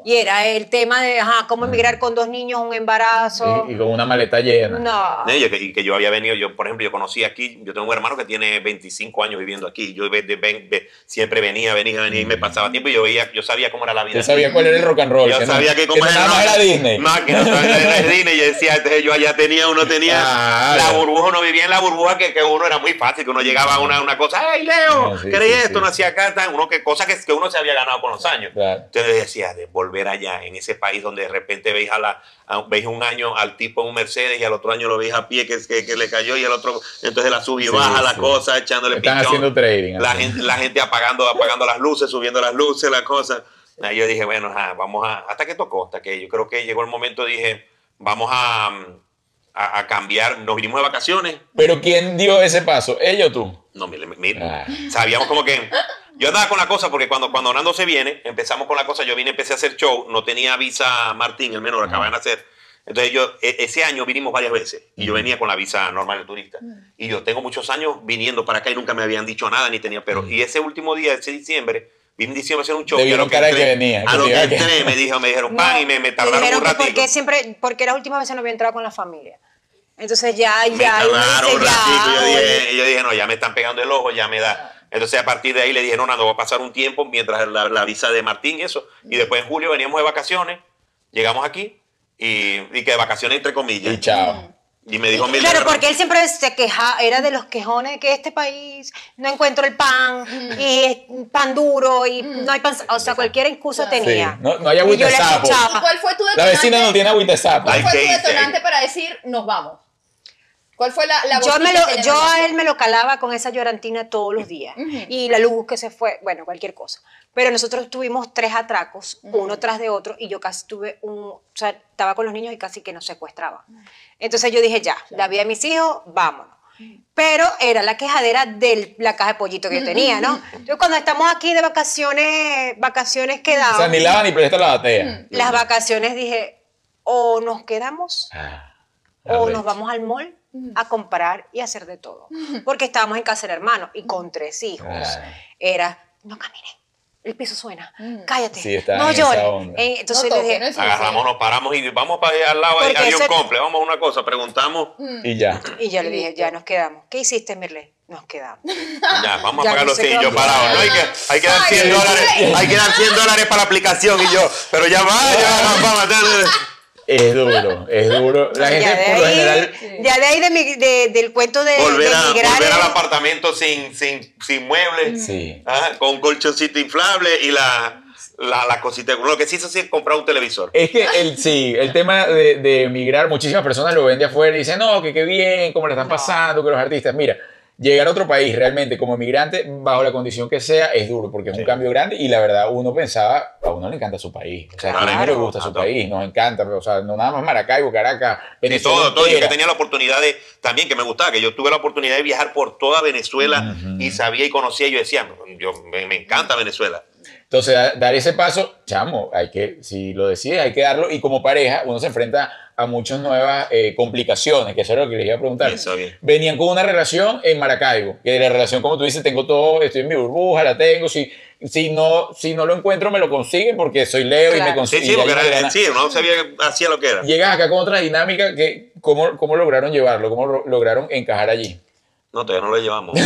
S4: Y era el tema de ajá,
S1: Ah.
S4: cómo emigrar con dos niños, un embarazo.
S1: Y, y con una maleta llena.
S4: No.
S3: ¿no? Y que, y que yo había venido, yo por ejemplo, yo conocí aquí, yo tengo un hermano que tiene 25 años viviendo aquí, yo ve- de- ven- ve- siempre venía, venía, venía y me pasaba tiempo y yo veía, yo sabía cómo era la vida.
S1: Yo sabía cuál era el rock and roll.
S3: Yo
S1: que no-
S3: sabía que
S1: que
S3: como
S1: nada más era Disney.
S3: Más que no sabía que era Disney. Yo decía, entonces yo allá tenía, uno tenía
S1: Claro.
S3: la burbuja, uno vivía en la burbuja que, que uno era muy fácil, que uno llegaba a una, una cosa, ¡ay, Leo!
S1: No, sí,
S3: ¿Queréis
S1: sí,
S3: esto?
S1: sí.
S3: No hacía carta, uno que cosa que, que uno se había ganado con los años.
S1: Claro.
S3: Entonces yo decía, de volver allá, en ese país donde de repente veis a la, a- veis un año al tipo en un Mercedes y al otro año lo veis a pie que, que, que le cayó y al otro, entonces la sube y
S1: Sí,
S3: baja la
S1: sí.
S3: cosa, echándole
S1: Están
S3: pichón.
S1: haciendo trading.
S3: La
S1: así.
S3: gente, la gente apagando, apagando las luces, subiendo las luces, la cosa. Ahí yo dije, bueno, ajá, vamos a. Hasta que tocó, hasta que yo creo que llegó el momento, dije, vamos a, mm, a, a cambiar. Nos vinimos de vacaciones.
S1: Pero ¿quién dio ese paso? ¿Ella o tú?
S3: No, mire, mire.
S1: Ah.
S3: Sabíamos como que. Yo andaba con la cosa porque cuando, cuando Nando se viene, empezamos con la cosa. Yo vine, empecé a hacer show. No tenía visa Martín, el menor, acaban de hacer. Entonces yo, e- ese año vinimos varias veces y yo venía con la visa normal de turista. Y yo tengo muchos años viniendo para acá y nunca me habían dicho nada ni tenía pero. Y ese último día, ese diciembre, vine en diciembre a hacer un show.
S1: Te
S3: y a
S1: vieron
S3: lo
S1: cara de
S3: entré-
S1: que venía,
S3: A
S1: que
S3: lo
S1: te
S3: que
S1: iba a que-
S3: entré, me dijo, me dijeron pan y me, me tardaron
S4: dijeron
S3: un
S4: que porque
S3: ratito.
S4: siempre, porque las últimas veces no había entrado con la familia. Entonces ya,
S3: Me
S4: ya, y uno
S3: tardaron
S4: dice,
S3: un ratito,
S4: ya,
S3: yo
S4: oye.
S3: dije, yo dije, no, ya me están pegando el ojo, ya me da. Entonces a partir de ahí le dije, no, Nando, va a pasar un tiempo mientras la, la visa de Martín y eso.
S4: Mm.
S3: Y después en julio veníamos de vacaciones, llegamos aquí y, y que de vacaciones entre comillas.
S1: Y chao.
S3: Y me dijo, mira,
S4: Claro,
S3: ¿verdad?
S4: porque él siempre se quejaba, era de los quejones de que este país no encuentro el pan y es pan duro y no hay pan, o sea, cualquier excusa
S2: Claro.
S1: Sí.
S4: tenía.
S1: No, no hay
S4: Y
S1: agüita
S4: yo
S1: de
S4: le
S1: sapo.
S4: escuchaba.
S2: ¿Y cuál fue tu
S1: La
S2: detonante?
S1: vecina no tiene pues. agüita de sapo.
S2: ¿Cuál
S3: Ay,
S2: fue
S3: ¿qué
S2: tu
S3: hice ahí?
S2: detonante para decir nos vamos? ¿Cuál fue la, la
S4: Yo,
S2: boquita
S4: me
S2: que
S4: lo,
S2: le
S4: yo a
S2: mandaste?
S4: él me lo calaba con esa llorantina todos los días.
S2: Ujú.
S4: Y la luz que se fue, bueno, cualquier cosa. Pero nosotros tuvimos tres atracos, uno tras de otro, y yo casi tuve un. O sea, estaba con los niños y casi que nos secuestraba. Entonces yo dije, ya, la vida de mis hijos, vámonos. Pero era la quejadera de la caja de pollito que yo tenía, ¿no? Entonces cuando estamos aquí de vacaciones, vacaciones
S1: O sea,
S4: quedamos,
S1: ni lava ni presta la batea.
S4: las vacaciones dije, o nos quedamos
S1: Ah,
S4: o
S1: arrecho.
S4: nos vamos al mall a comprar y hacer de todo. Porque estábamos en casa del hermano y con tres hijos.
S1: Claro.
S4: Era, no caminen, el piso suena, cállate,
S1: Sí, está
S4: no
S1: en esa
S4: llores.
S1: onda.
S4: Eh, entonces
S2: No
S4: le
S2: toque,
S4: dije,
S2: no es
S3: agarramos, nos paramos y vamos para allá al lado,
S4: Porque
S3: había un
S4: eso-
S3: comple, vamos a una cosa, preguntamos,
S1: Y ya.
S4: y yo le
S2: Y
S4: dije,
S2: listo.
S4: ya nos quedamos. ¿Qué hiciste, Mirle? Nos quedamos.
S3: ya, vamos a
S4: Ya
S3: pagar
S4: no
S3: los
S4: sé qué
S3: yo
S4: vamos a
S3: parado,
S2: hacer.
S3: ¿no? Hay que, hay que dar
S2: Ay,
S3: 100
S2: güey.
S3: dólares, hay que dar 100 dólares para la aplicación y yo, pero ya va, ya va, va, va, va, va.
S1: Es duro, es duro. La
S4: ya, de Mm.
S1: gente por lo
S4: ahí,
S1: general.
S4: ya de ahí de mi- de- del cuento de,
S3: volver,
S4: de
S3: a-
S4: emigrar,
S3: volver al
S4: era-
S3: apartamento sin, sin, sin muebles,
S1: Sí.
S3: ajá, con un colchoncito inflable y la, la, la cosita. Lo que sí hizo sí es comprar un televisor.
S1: Es que el, sí, el tema de, de emigrar, muchísimas personas lo ven de afuera y dicen, no, que qué bien, cómo le están pasando, que los artistas. Mira, llegar a otro país realmente como migrante, bajo la condición que sea, es duro porque es
S3: Sí.
S1: un cambio grande y la verdad uno pensaba, a uno le encanta su país. O sea, a uno le
S3: Claro.
S1: gusta su
S3: Ah, no.
S1: país, nos encanta, pero, o sea, no nada más Maracaibo, Caracas,
S3: De
S1: Venezuela.
S3: todo, todo. Yo que
S1: entera.
S3: tenía la oportunidad de, también que me gustaba, que yo tuve la oportunidad de viajar por toda Venezuela
S1: Ujú.
S3: y sabía y conocía, yo decía, yo, me, me encanta Venezuela.
S1: Entonces, da- dar ese paso, chamo, hay que, si lo decides, hay que darlo. Y como pareja, uno se enfrenta a muchas nuevas eh, complicaciones, que eso era lo que les iba a preguntar.
S3: Bien, está bien.
S1: Venían con una relación en Maracaibo, que la relación, como tú dices, tengo todo, estoy en mi burbuja, la tengo. Si, si, no, si no lo encuentro, me lo consiguen porque soy Leo y me
S4: Claro.
S3: Sí,
S1: consiguen.
S3: sí, porque era, sí, no sabía que hacía lo que era.
S1: Llegas acá con otra dinámica, que, ¿cómo, ¿cómo lograron llevarlo? ¿Cómo lo- lograron encajar allí?
S3: No, todavía no lo llevamos.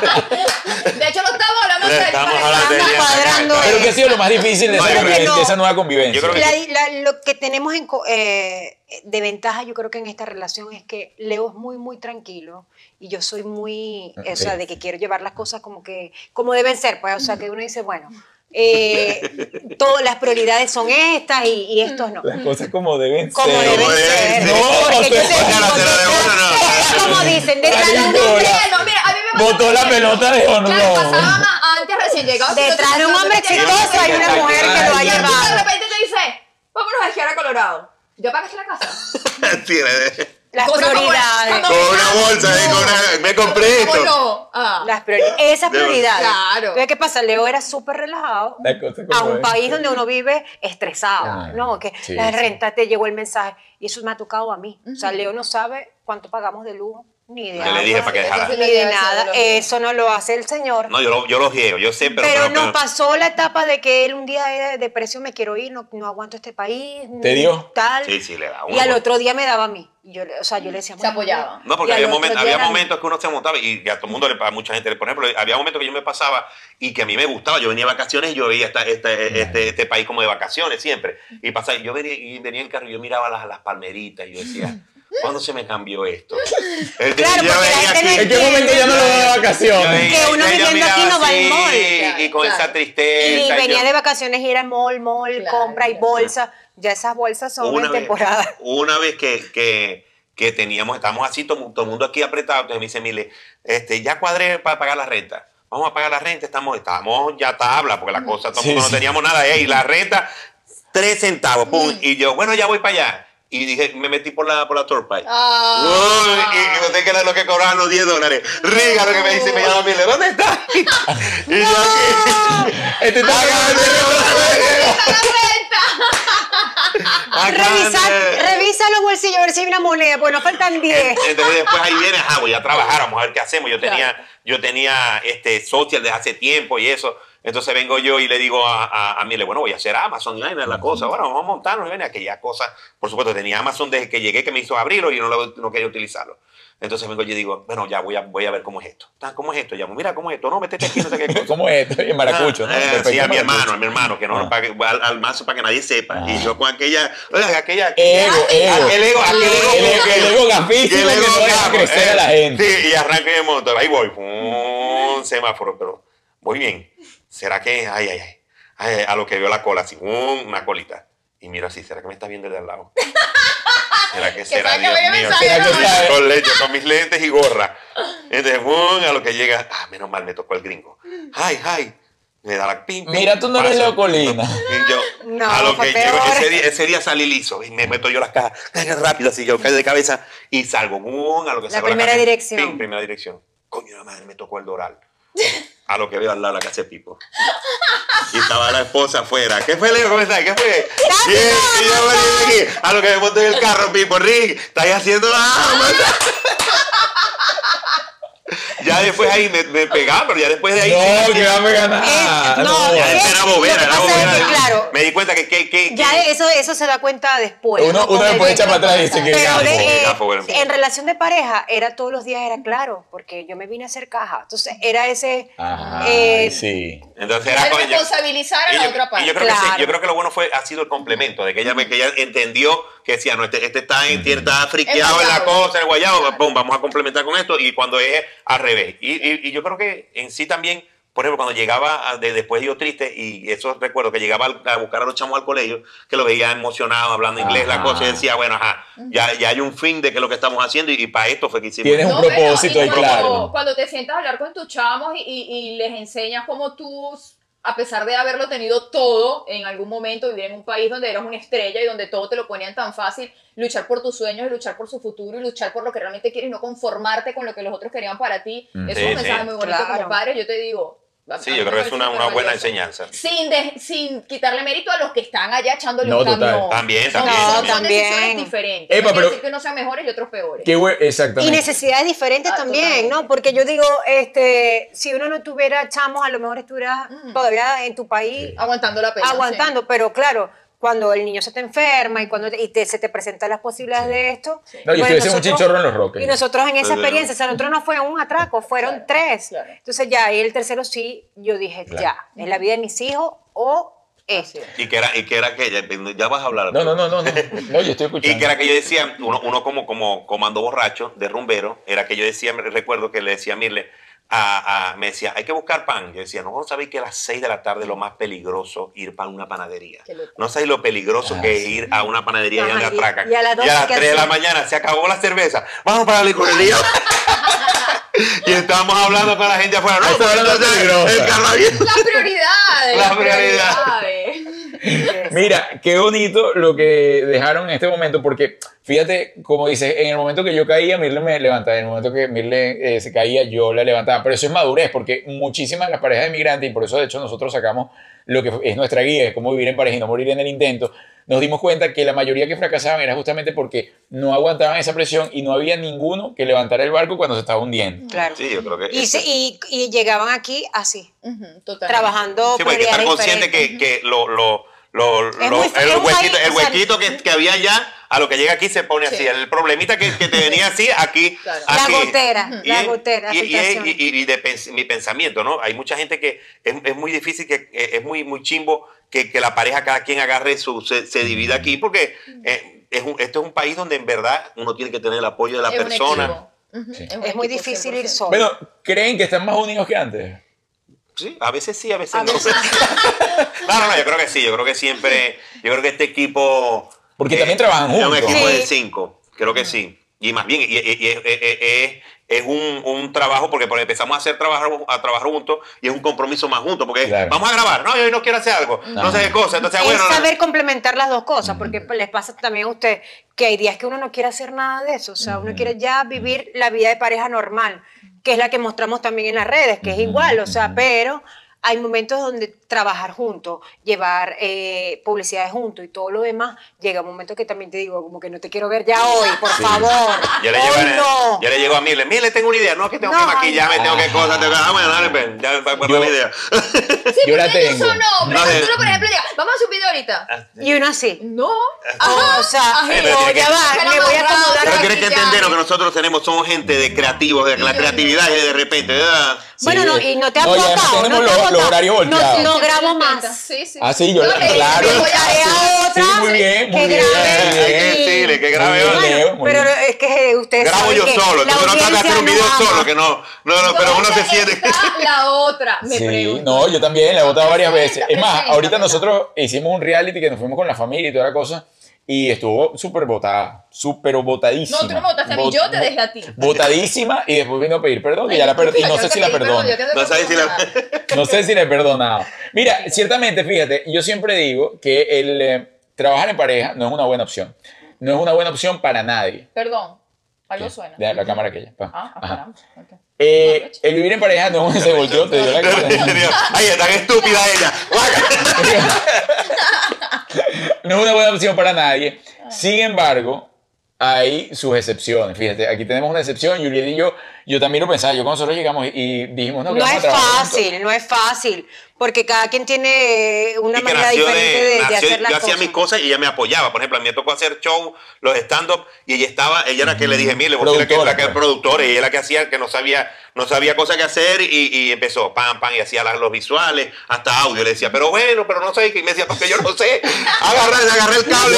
S2: De hecho, lo estamos hablando de
S3: Estamos
S2: para-
S3: hablando de
S4: Estamos cuadrando
S1: Pero que ha sido lo más difícil de,
S3: No,
S1: esa,
S3: yo creo
S4: que no.
S1: de esa nueva convivencia.
S3: Yo creo que-
S4: La- la- lo que tenemos en co- eh, de ventaja, yo creo que en esta relación es que Leo es muy, muy tranquilo y yo soy muy, o sea,
S1: Ok.
S4: de que quiero llevar las cosas como que, como deben ser, pues, o sea, que uno dice, bueno, eh, todas las prioridades son estas y, y estos no.
S1: Las cosas como deben
S4: Como
S1: ser.
S4: deben
S3: deben
S4: ser.
S3: ser.
S1: No,
S4: Porque
S1: no
S4: yo
S1: te
S4: te-
S1: vayas
S3: a hacer de una, no.
S4: es como dicen, de
S1: Ay,
S2: No,
S4: cada
S1: no.
S2: no, mira, a mí me pasaba
S1: Botó la
S2: mucho.
S1: pelota de honor.
S2: Claro, pasaban a- antes recién llegado.
S4: Detrás de un hombre exitoso hay una mujer que lo ha
S2: Y el tipo de
S4: llevado.
S2: repente te dice, vámonos a esquiar a Colorado. Yo pagaste la casa.
S3: Sí, eh,
S4: Las
S2: Cosa como-
S4: prioridades.
S2: como-
S3: con una bolsa, eh, con una- me compré
S2: ¿Cómo
S3: esto.
S2: no? Ah.
S4: Las priori- esas
S3: De-
S4: prioridades.
S2: Claro.
S4: Entonces, ¿Qué pasa? Leo era súper relajado
S1: Las cosas como
S4: a un
S1: deben
S4: país
S1: ser.
S4: donde uno vive estresado,
S1: Claro.
S4: ¿no? Que
S1: Sí,
S4: la
S1: sí.
S4: renta te llegó el mensaje y eso me ha tocado a mí. O sea, Leo no sabe cuánto pagamos de luz ni de
S3: Yo
S4: agua,
S3: le dije para que dejara.
S2: Entonces,
S4: ni de
S2: Eso
S4: nada.
S2: lo-
S4: Eso no lo hace el señor.
S3: No, yo lo, yo lo geo, yo sé, pero.
S4: pero, no pasó la etapa de que él un día era de depresión, me quiero ir, no, no aguanto este país.
S1: ¿Te dio?
S4: Tal.
S3: Sí, sí, le da
S4: y
S3: uno.
S4: al otro día me daba a mí. Yo, le- o sea, yo le decía...
S2: Se
S4: bueno,
S2: apoyaban.
S4: mira.
S3: No, porque
S4: Y al
S3: había,
S4: otro
S3: momen-
S4: día
S3: había
S4: era-
S3: momentos que uno se montaba y, y a todo el mundo, le- a mucha gente, por ejemplo, había momentos que yo me pasaba y que a mí me gustaba. Yo venía de vacaciones y yo veía esta- esta- este, este país como de vacaciones siempre. Y pasaba, yo venía, y venía en carro y yo miraba las, las palmeritas y yo decía, ¿cuándo se me cambió esto? Es decir,
S4: Claro,
S3: yo
S4: porque la
S3: venía
S4: gente
S1: ¿En qué momento ya no lo veo de vacaciones?
S4: Que uno
S3: yo
S4: viviendo
S3: miraba
S4: aquí no va al
S3: así,
S4: mall.
S3: Y con
S2: Claro,
S3: esa
S2: claro.
S4: Y
S3: tristeza.
S4: venía
S3: yo-
S4: de vacaciones y era mall, mall,
S2: Claro,
S4: compra y
S2: claro.
S4: bolsa. Ya esas bolsas son en temporada.
S3: Vez, una vez que, que, que teníamos, estábamos así, todo, mu- todo el mundo aquí apretado, entonces me dice, mire, este, ya cuadré para pagar la renta. Vamos a pagar la renta, estamos, estamos ya tabla, porque la cosa, todo el
S1: Sí,
S3: mundo
S1: sí.
S3: no teníamos nada, eh, y la renta, tres centavos, pum, y yo, bueno, ya voy para allá. Y dije, me metí por la, por la torpa.
S2: Ah.
S3: Uy, y, y usted que era lo que cobraban los 10 dólares. Riga lo que me dice, me llama mire, ¿dónde está? y yo aquí,
S1: Este está grande.
S2: ¡Está la
S3: Ah,
S2: renta!
S4: Revisa,
S3: acá,
S4: revisa los bolsillos a ver si hay una moneda, pues nos faltan 10.
S3: Entonces después ahí viene, ajá, voy a trabajar, vamos a ver qué hacemos. Yo
S2: Claro.
S3: tenía, yo tenía este social desde hace tiempo y eso. Entonces vengo yo y le digo a, a, a Mile, bueno, voy a hacer Amazon y vaina de la cosa. Bueno, vamos a montarnos y ven aquella cosa. Por supuesto, tenía Amazon desde que llegué que me hizo abrirlo y yo no, lo- no quería utilizarlo. Entonces vengo yo y digo, bueno, ya voy a, voy a ver cómo es esto. Ah, ¿Cómo es esto? Llamo, mira cómo es esto. No, métete aquí, no sé qué cosa.
S1: ¿Cómo es esto? En Maracucho, ¿no?
S3: Ah, eh,
S1: Perfecto,
S3: sí, a mi
S1: Maracucho.
S3: hermano, a mi hermano, que no,
S1: Ah.
S3: para que- al, al mazo para que nadie sepa.
S1: Ah.
S3: Y yo con aquella, oiga, aquella,
S1: Ego, ego.
S3: aquel ego, aquel ego,
S1: El ego-
S3: aquel
S1: el ego gafísimo
S3: aquel ego
S1: que no deja
S3: gafo,
S1: crecer a la gente.
S3: Sí, y arranque de motor, ahí voy, un semáforo, pero voy bien. ¿Será que, ay, ay, ay, ay, a lo que veo la cola, así, ¡fum! una colita. Y miro así, ¿será que me estás viendo de al lado? ¿Será que será,
S2: saca
S3: Dios
S2: medio
S3: mío?
S2: mensaje,
S1: ¿no? ¿Será que sabe?
S3: Con lente, con mis lentes y gorra. Entonces, ¡fum! a lo que llega, ah, menos mal, me tocó el gringo. Ay, ay, me da la pim, pim,
S1: Mira, tú no eres
S3: paso.
S1: loco, Lina.
S3: Y yo,
S4: No,
S3: a lo
S4: fue
S3: que llego,
S4: peor.
S3: ese día, ese día salí liso y me meto yo las cajas rápido, así yo caí de cabeza y salgo. ¡bum! a lo que
S4: La
S3: salgo
S4: primera
S3: caja,
S4: dirección.
S3: pim, primera dirección. Coño, la madre, me tocó el doral. A lo que veo al lado la casa de Pipo. Y estaba la esposa afuera. ¿Qué fue, Leo? ¿Cómo estás? ¿Qué fue? Bien, y yo vení aquí. A lo que me monté en el carro, Pipo, Rick, estáis haciendo la ama. Ya después ahí me, me pegaba, pero ya después de ahí.
S1: No, que Ah, va a pegar nada.
S4: Eh, no,
S3: Ya después Ah, era bobera, era
S4: Lo que pasa es
S3: bobera.
S4: que, claro.
S3: Me di cuenta que, que, que-
S4: Ya de eso, eso se da cuenta después.
S1: Uno,
S4: ¿no?
S1: uno
S4: Con el
S1: después echa
S4: tiempo.
S1: para atrás y dice que pues,
S4: Pero
S1: gafo.
S4: de-
S3: Qué gafo, pues, bueno.
S4: en relación de pareja, era todos los días, era claro, porque yo me vine a hacer caja. Entonces era ese...
S1: Ajá,
S4: eh,
S1: sí.
S3: Entonces era
S2: El
S3: coño.
S2: responsabilizar a
S3: Y
S2: la
S3: yo,
S2: otra
S3: y yo
S2: parte.
S3: creo que sí,
S4: Claro.
S3: yo creo que lo bueno fue ha sido el complemento de que ella, me- que ella entendió que decía, no, este, este está, en, tiene- está friqueado en la
S2: Envasado.
S3: cosa, en el guayabo, pues,
S2: Claro.
S3: pum, vamos a complementar con esto y cuando es al revés. Y, y- y yo creo que en sí también por ejemplo, cuando llegaba, a- de- después yo triste, y eso recuerdo que llegaba al- a buscar a los chamos al colegio, que lo veía emocionado, hablando inglés, la
S1: Ajá.
S3: cosa, y decía, bueno, ajá, ya, ya hay un fin de que lo que estamos haciendo, y, y para esto fue que hicimos.
S1: Tienes un
S2: No, bueno,
S1: propósito
S2: y
S1: ahí
S2: cuando-
S1: claro.
S2: Cuando te sientas a hablar con tus chamos y, y- y les enseñas cómo tú, a pesar de haberlo tenido todo en algún momento, vivir en un país donde eras una estrella y donde todo te lo ponían tan fácil, luchar por tus sueños y luchar por su futuro y luchar por lo que realmente quieres, no conformarte con los que los otros querían para ti.
S1: Mm.
S2: Eso
S3: Sí,
S2: es un
S3: sí.
S2: mensaje muy bonito como
S4: Claro.
S2: padre, yo te digo. a- a
S3: Sí,
S2: mí
S3: yo
S2: me
S3: creo que es
S2: parece
S3: una, una
S2: súper
S3: buena
S2: valioso.
S3: enseñanza.
S2: Sin, de- sin quitarle mérito a los que están allá echándole
S1: No,
S2: un
S1: total.
S2: camión.
S3: También,
S2: Son-
S3: también,
S2: Son,
S4: también.
S2: decisiones
S1: Epa,
S2: diferentes. no quiere
S1: pero-
S2: decir que unos sean mejores y otros peores.
S1: Qué bue-
S4: Y
S1: exactamente.
S4: necesidades diferentes
S2: Ah,
S4: también,
S2: totalmente.
S4: ¿no? Porque yo digo, este, si uno no tuviera chamos, a lo mejor estuvieras
S2: Mm.
S4: todavía en tu país
S2: Aguantando la pena. sí.
S4: aguantando, pero claro, cuando el niño se te enferma y cuando te- y te- se te presentan las posibilidades de esto.
S1: No, y
S4: bueno,
S1: estuviese un
S4: nosotros-
S1: chinchorro en los Roques.
S4: Y nosotros en esa
S3: Desde
S4: experiencia, o sea, nosotros no fue un atraco,
S2: Claro,
S4: fueron tres.
S2: claro.
S4: Entonces ya, y el tercero sí, yo dije,
S1: Claro.
S4: ya, es la vida de mis hijos o
S2: Así
S4: esto.
S2: es.
S3: Y que era, y que era aquella, ya vas a hablar.
S1: No, no, no, no, no. No, yo estoy escuchando.
S3: Y que era que yo decía, uno, uno como, como comando borracho, de rumbero, era que yo decía, me- recuerdo que le decía a Mirle, a, a- me decía, hay que buscar pan. Yo decía, no, vos sabéis que a las 6 de la tarde lo más peligroso ir para una panadería.
S2: Qué locura.
S3: No sabéis lo peligroso
S1: Ah,
S3: que es ir a una panadería y
S4: Ajá,
S3: donde
S4: y-
S3: atracan.
S4: y a las 12 ¿qué
S3: 3 de la
S4: hacían?
S3: mañana se acabó la cerveza. Vamos para la licorería. y estábamos hablando con la gente afuera. No,
S1: Esta hora no es
S3: entonces,
S1: peligrosa.
S3: el carro abierto.
S2: Las prioridades.
S3: Las
S2: las
S3: prioridades.
S2: prioridades.
S1: Mira, qué bonito lo que dejaron en este momento, porque fíjate, como dices, en el momento que yo caía, Mirle me levantaba, en el momento que Mirle eh, se caía, yo la levantaba, pero eso es madurez, porque muchísimas de las parejas de migrantes, y por eso de hecho nosotros sacamos lo que es nuestra guía, es cómo vivir en pareja y no morir en el intento, nos dimos cuenta que la mayoría que fracasaban era justamente porque no aguantaban esa presión y no había ninguno que levantara el barco cuando se estaba hundiendo.
S4: Claro.
S3: Sí, yo creo que.
S4: Y, se- y- y llegaban aquí así,
S2: Ujú, Totalmente.
S4: trabajando
S3: Sí, pues hay que estar
S4: prioridades
S3: consciente
S4: diferentes.
S3: que, que lo, lo, lo,
S4: Es
S3: lo-
S4: muy- es
S3: el
S4: un
S3: huequito,
S4: país,
S3: el
S4: o sea,
S3: huequito que, que había allá, a lo que llega aquí se pone así.
S2: Sí.
S3: El problemita que, que te venía así, aquí.
S2: Claro.
S4: La
S3: aquí.
S4: gotera, la gotera,
S3: y- y-
S4: filtración.
S3: y- y- y de pens- mi pensamiento, ¿no? Hay mucha gente que es, es muy difícil, que eh, es muy, muy chimbo que, que la pareja, cada quien agarre su, se, se divida aquí, porque eh, es un- esto es un país donde en verdad uno tiene que tener el apoyo de la
S2: Es un
S3: persona.
S2: equipo. Ujú,
S1: Sí.
S2: un
S4: es muy
S2: equipo
S4: difícil ir
S2: 100%.
S4: solo.
S1: Bueno, ¿creen que están más unidos que antes?
S3: Sí, a veces sí, a veces
S4: A
S3: no.
S4: veces.
S3: no, no, no, yo creo que sí, yo creo que siempre, yo creo que este equipo...
S1: Porque
S3: eh,
S1: también trabajan
S3: es un
S1: juntos.
S3: equipo
S4: Sí.
S3: de cinco, creo que sí. Y más bien, y- y- y- eh, es- es- es- es un, un trabajo, porque por- empezamos a hacer trabajar, a trabajar juntos y es un compromiso más juntos, porque es,
S1: Claro. Ah.
S3: vamos a grabar, no, yo hoy no quiero hacer algo, no sé qué cosa, entonces
S4: es
S3: bueno... no-
S4: saber complementar las dos cosas, porque pues, les pasa también a usted que hay días que uno no quiere hacer nada de eso, o sea, uno
S1: Ujú.
S4: quiere ya vivir la vida de pareja normal, que es la que mostramos también en las redes, que es igual, o sea, pero hay momentos donde trabajar juntos, llevar eh, publicidades juntos y todo lo demás, llega un momento que también te digo, como que no te quiero ver ya hoy, por favor.
S3: Ya le,
S4: hoy
S3: llego a-
S4: no.
S3: ya le llego a Mile, Mile, tengo una idea, no, que tengo
S4: No,
S3: que maquillarme,
S1: no.
S3: tengo que cosas, tengo que... Ah, bueno, dale, ven, ya me acuerdo de la
S1: Yo-
S3: idea.
S2: Sí,
S1: Yo la
S2: porque
S1: tengo. eh,
S2: ellos
S1: mm.
S2: son hombres.
S3: No,
S2: Cuando
S3: de-
S2: uno, por ejemplo, diga, vamos a su video ahorita.
S1: Ah.
S4: Y uno así.
S2: No.
S4: Oh,
S2: Ah,
S4: o- o sea,
S2: ajá.
S3: Eh, pero
S4: o
S3: tiene
S4: ya
S3: que-
S4: va, me voy a acomodar
S3: Pero
S2: Para
S3: tienes que
S2: maquillarme.
S3: entender lo que nosotros tenemos, somos gente de creativos, de la creatividad y de repente... ah,
S4: Bueno, no, y no te has
S1: No, y además
S4: votado.
S1: tenemos
S4: no te has
S1: los- los
S4: votado.
S1: horarios
S4: No-
S1: volteados.
S4: No, grabo
S2: Siempre
S4: más.
S2: intenta. Sí, sí.
S1: Ah, sí, yo
S2: No, le-
S1: claro.
S2: le voy a-
S1: Ah, sí.
S4: otra.
S1: Sí, muy bien, muy
S4: que
S1: bien,
S4: grabe
S1: muy bien.
S3: Hay que decirle que grabe
S1: Muy bien,
S3: otra.
S1: Leo, muy
S4: Pero
S1: bien.
S4: es que eh, ustedes
S3: Grabo
S4: saben
S3: yo
S4: que
S3: solo,
S4: la
S3: entonces no trata de hacer un
S4: audiencia
S3: video
S4: no
S3: solo,
S4: ama.
S3: que no, no, no, pero uno se
S2: ¿Dónde
S3: siente...
S2: está la otra? Me
S1: Sí,
S2: pregunto.
S1: no, yo también la he votado varias veces. Es más,
S2: Presenta,
S1: ahorita
S2: presenta.
S1: nosotros hicimos un reality que nos fuimos con la familia y toda la cosa y estuvo súper votada, súper votadísima.
S2: No, tú no me votaste a mí,
S1: Vot-
S2: yo te dejé a ti.
S1: Votadísima y después vino a pedir perdón, que ya la perdí,
S2: Yo
S1: no sé
S2: te
S1: si la
S2: pedí perdón,
S1: perdono.
S2: yo te
S3: No sabes si la-
S2: perdono.
S1: No sé si le he perdonado. Mira, ciertamente, fíjate, yo siempre digo que el eh, trabajar en pareja no es una buena opción. No es una buena opción para nadie.
S2: Perdón. Algo suena.
S1: Deja La cámara aquella. pa.
S2: Ah, ah,
S1: Ajá.
S2: caramba. ok.
S1: Eh, el vivir en pareja no es se volteó, te dio la cara.
S3: Ay, es tan estúpida ella.
S1: No es una buena opción para nadie.
S4: Ah.
S1: Sin embargo, hay sus excepciones. Fíjate, aquí tenemos una excepción. Juliet y yo, yo también lo pensaba. Yo cuando nosotros llegamos y dijimos, no, que
S4: No
S1: vamos a
S4: es
S1: trabajar
S4: fácil, no es fácil, porque cada quien tiene eh, una
S3: Y que
S4: manera
S3: nació de,
S4: diferente de, de
S3: nació-
S4: hacer las
S3: eh, yo hacía
S4: cosas.
S3: mis cosas y ella me apoyaba. Por ejemplo, a mí me tocó hacer show, los stand-up, y ella estaba, ella era que le dije, mire, vos eres la que, la que es
S1: Productora,
S3: productora, y ella era la que hacía, que no sabía, no sabía cosa que hacer, y, y empezó, pam, pam, y hacía las- los visuales, hasta audio. Le decía, pero bueno, pero no sé, y me decía, porque yo no sé. Agarré, agarré el cable.